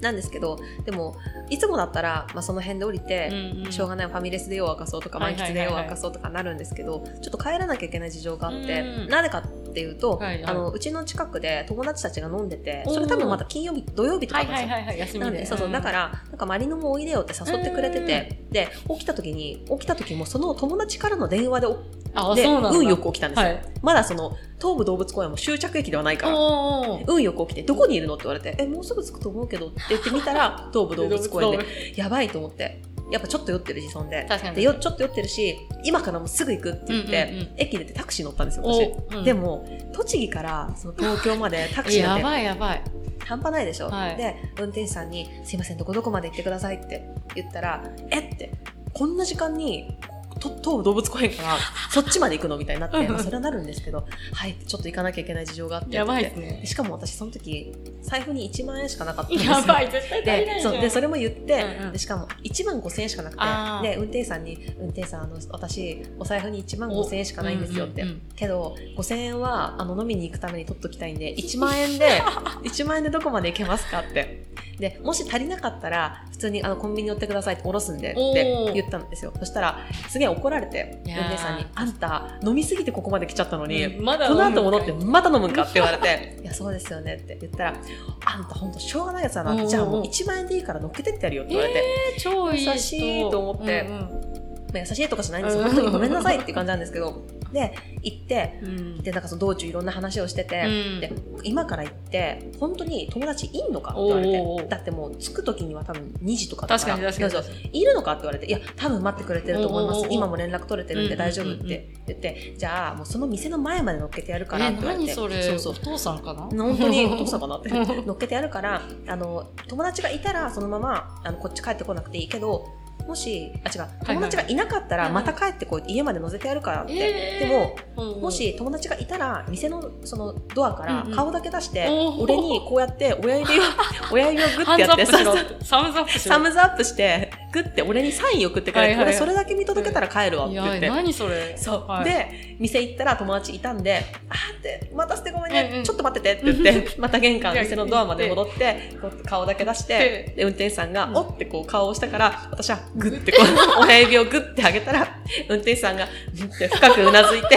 Speaker 1: なんですけど、でも、いつもだったら、まあ、その辺で降りて、しょうが
Speaker 2: が
Speaker 1: ないファミレスでよう明かそうとか
Speaker 2: はい
Speaker 1: 満
Speaker 2: はいはいは
Speaker 1: 喫
Speaker 2: い
Speaker 1: でよう明かそうとかなるんですけどちょっと帰らなきゃいけない事情があって
Speaker 2: うん
Speaker 1: なぜかっていうと
Speaker 2: はいはい
Speaker 1: あのうちの近くで友達たちが飲んでて
Speaker 2: おー
Speaker 1: それ多分また金曜日土曜日とか
Speaker 2: は
Speaker 1: ないんです
Speaker 2: はい
Speaker 1: よ。
Speaker 2: はいはい休み
Speaker 1: なんでそうそうだかららなんかマリノもおいでよって誘ってくれててで起きた時に起きた時もその友達からの電話でお
Speaker 2: あ
Speaker 1: で
Speaker 2: そうなんだ
Speaker 1: 運よく起きたんですよ、
Speaker 2: はい
Speaker 1: まだその東武動物公園も終着駅ではないから
Speaker 2: おー
Speaker 1: 運よく起きてどこにいるのって言われてえもうすぐ着くと思うけどって言ってみた ら東武動物公園でやばいと思ってやっぱちょっと酔ってるしそんで
Speaker 2: 確かに
Speaker 1: でよちょっと酔ってるし今からもうすぐ行くって言って、
Speaker 2: うんうんうん
Speaker 1: 駅出てタクシー乗ったんですよ私、
Speaker 2: お、うん
Speaker 1: でも栃木からその東京までタクシーな
Speaker 2: や
Speaker 1: んて
Speaker 2: ばいやばい
Speaker 1: 半端ないでしょ、
Speaker 2: はい
Speaker 1: で運転手さんに「すいませんどこどこまで行ってください」って言ったら「えっ?」てこんな時間にと東武動物公園 からそっちまで行くのみたいになっ
Speaker 2: うん
Speaker 1: て、
Speaker 2: うん
Speaker 1: まあ、それはなるんですけど「はい」ちょっと行かなきゃいけない事情があって
Speaker 2: やばい
Speaker 1: っ
Speaker 2: で
Speaker 1: て
Speaker 2: すね
Speaker 1: でしかも私その時財布に1万円しかなかったんですよ
Speaker 2: やばい絶対足り
Speaker 1: で
Speaker 2: ないじ
Speaker 1: そ
Speaker 2: ゃん
Speaker 1: うでそれも言って、
Speaker 2: うんうん
Speaker 1: でしかも1万5000円しかな
Speaker 2: あ
Speaker 1: くて
Speaker 2: ー
Speaker 1: で運転手さんに「運転手さんあの私お財布に1万5000円しかないんですよ」って、
Speaker 2: うんうんうん
Speaker 1: けど5000円はあの飲みに行くために取っときたいん で1万円で1万円でどこまで行けますかってでもし足りなかったら普通にあのコンビニ寄ってくださいっておろすんでっ
Speaker 2: お
Speaker 1: て
Speaker 2: ー
Speaker 1: 言ったんですよそしたらすげえ怒られて
Speaker 2: い
Speaker 1: 運
Speaker 2: やー
Speaker 1: 転手さんに「あんた飲みすぎてここまで来ちゃったのに、
Speaker 2: まだ
Speaker 1: この後戻ってまた飲むんかって言われて「 いやそうですよね」って言ったら「あんたほんとしょうがないやつだ
Speaker 2: うんうんう
Speaker 1: な」
Speaker 2: ん
Speaker 1: じゃあもう1万円でいいから乗っけてってやるよって言われて、
Speaker 2: 超いい人
Speaker 1: 優しいと思って
Speaker 2: うん
Speaker 1: まあ、優しいとかじゃないんですよ
Speaker 2: うん
Speaker 1: 本当にごめんなさいっていう感じなんですけどで行って
Speaker 2: うん
Speaker 1: でなんかその道中いろんな話をしてて、
Speaker 2: うん
Speaker 1: で今から行って本当に友達いんのかって言われて
Speaker 2: おうおうおう
Speaker 1: だってもう着く時には多分2時とかだ
Speaker 2: 確
Speaker 1: から
Speaker 2: かに確か
Speaker 1: そう
Speaker 2: に
Speaker 1: そういるのかって言われて「いや多分待ってくれてると思います
Speaker 2: おうおうおう
Speaker 1: 今も連絡取れてるんで大丈夫」っ
Speaker 2: うんうんうん
Speaker 1: て言って、じゃあもうその店の前まで乗っけてやるから」って
Speaker 2: え
Speaker 1: 言われて
Speaker 2: 何それ
Speaker 1: そうそう
Speaker 2: お父さんかな
Speaker 1: 本当 にお父さんかなって
Speaker 2: うん
Speaker 1: 乗っけてやるからあの友達がいたらそのままあのこっち帰ってこなくていいけどもしあ違う
Speaker 2: はい
Speaker 1: 友達がいなかった
Speaker 2: うん
Speaker 1: ら
Speaker 2: うん
Speaker 1: また帰ってこいって家まで乗せてやるからって、
Speaker 2: えー
Speaker 1: でも
Speaker 2: うんうん
Speaker 1: もし友達がいたら店のそのドアか
Speaker 2: う
Speaker 1: ら
Speaker 2: んうん
Speaker 1: 顔だけ出して、
Speaker 2: おー
Speaker 1: 俺にこうやって親 指を親指をグッ
Speaker 2: ハ
Speaker 1: て
Speaker 2: ンズ
Speaker 1: や
Speaker 2: ア
Speaker 1: って
Speaker 2: ップしろ
Speaker 1: そう
Speaker 2: ってサムズアップしろ
Speaker 1: サムズアップしてグッて俺にサイン送ってくれて、
Speaker 2: はいはいはい
Speaker 1: 俺それだけ見届けたら帰るわっ
Speaker 2: い
Speaker 1: て
Speaker 2: や
Speaker 1: 言って。
Speaker 2: 何それ
Speaker 1: そう、
Speaker 2: はい
Speaker 1: で店行ったら友達いたんで「あーって待たせてごめんね、
Speaker 2: うんうん
Speaker 1: ちょっと待ってて」って言 ってまた玄関
Speaker 2: いや
Speaker 1: 店のドアまで戻ってこう顔だけ出してで運転手さんが「
Speaker 2: うん
Speaker 1: おっ」てこう顔をしたから私はグッてこう親指をグッて上げたら運転手さんがうんって深くうなずいて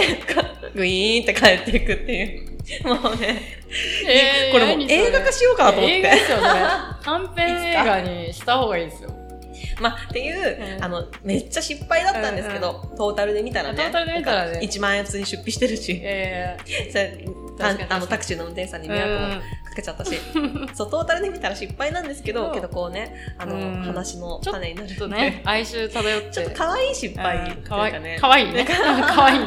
Speaker 1: グイーンって帰っていくっていうもうね、
Speaker 2: えー
Speaker 1: これもう
Speaker 2: 何そ
Speaker 1: 映画化しようかなと思っ
Speaker 2: 映画で
Speaker 1: て。
Speaker 2: すよね短編映画にした方がいいですよ
Speaker 1: まあ、っていう、
Speaker 2: うん
Speaker 1: あのめっちゃ失敗だったんですけど、トータルで見たらね
Speaker 2: トータルで見たらね
Speaker 1: なんか1万円普通に出費してるし。
Speaker 2: えー
Speaker 1: それた
Speaker 2: 確かに
Speaker 1: あのタクシーの運転手さんに迷惑も
Speaker 2: うん
Speaker 1: かけちゃったし、 そうトータルで見たら失敗なんですけ
Speaker 2: う
Speaker 1: ど
Speaker 2: ん
Speaker 1: けどこうねあの、
Speaker 2: うん
Speaker 1: 話の
Speaker 2: ちょっ
Speaker 1: 種になる
Speaker 2: ちょっと
Speaker 1: んで
Speaker 2: ね哀愁漂って
Speaker 1: ちょっと可愛い失敗っていう
Speaker 2: かわい
Speaker 1: かね
Speaker 2: いかわいいね かわいいね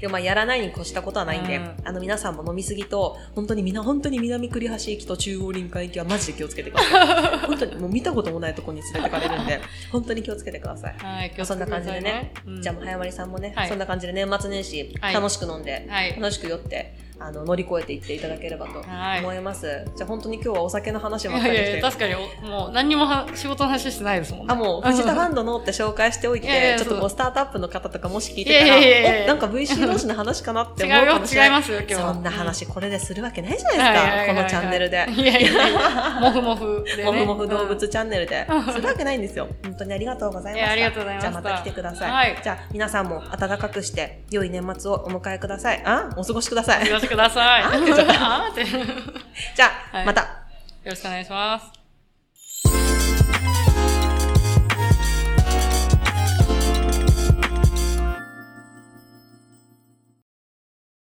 Speaker 1: でもまあやらないに越したことはないんで、
Speaker 2: うん
Speaker 1: あの皆さんも飲みすぎと本当にみな本当に南栗橋駅と中央林間駅はマジで気をつけてください本当にもう見たこともないところに連れてかれるんで本当に気をつけてください、
Speaker 2: はい気をつ
Speaker 1: そ
Speaker 2: け
Speaker 1: ん
Speaker 2: て
Speaker 1: な
Speaker 2: くだ
Speaker 1: 感じで
Speaker 2: さい
Speaker 1: ね
Speaker 2: ね、
Speaker 1: じゃあもう早まりさんもね、
Speaker 2: はい
Speaker 1: そんな感じで年末年始
Speaker 2: はい
Speaker 1: 楽しく飲んで、
Speaker 2: はい
Speaker 1: 楽しく酔ってあの乗り越えていっていただければと
Speaker 2: はい
Speaker 1: 思います、じゃあ本当に今日はお酒の話
Speaker 2: い
Speaker 1: ばっかりして
Speaker 2: やいや確かにおもう何にもは仕事の話してないですもんね
Speaker 1: あもう藤田ファンドのって紹介しておいて
Speaker 2: いやいや
Speaker 1: ちょっと
Speaker 2: そ
Speaker 1: こう
Speaker 2: う
Speaker 1: スタートアップの方とかもし聞いて
Speaker 2: いやいやい
Speaker 1: た
Speaker 2: やい
Speaker 1: ら
Speaker 2: や
Speaker 1: おなんか VC 同士の話かなって
Speaker 2: 違う
Speaker 1: 思う
Speaker 2: よ
Speaker 1: かもしれ
Speaker 2: 違い
Speaker 1: ない
Speaker 2: ますよ今日は
Speaker 1: そんな話これでするわけないじゃ
Speaker 2: うんはい
Speaker 1: な
Speaker 2: は
Speaker 1: です
Speaker 2: いいはい
Speaker 1: か
Speaker 2: は
Speaker 1: こ
Speaker 2: い
Speaker 1: のチャンネルで。
Speaker 2: いやいやいやもふもふでね
Speaker 1: もふもふ動
Speaker 2: うん
Speaker 1: 物チャンネルで、
Speaker 2: うん
Speaker 1: するわけないんですよ。本当にありがとうございまし
Speaker 2: い
Speaker 1: た。
Speaker 2: やありがとうございました
Speaker 1: じゃあまた来てください。
Speaker 2: はい
Speaker 1: じゃあ皆さんも暖かくして、良い年末をお迎えください。あお過ごしください。
Speaker 2: よろしくください
Speaker 1: あーってちょっと
Speaker 2: あーってよ
Speaker 1: じゃあ、
Speaker 2: はい
Speaker 1: また。
Speaker 2: ろしくお願いします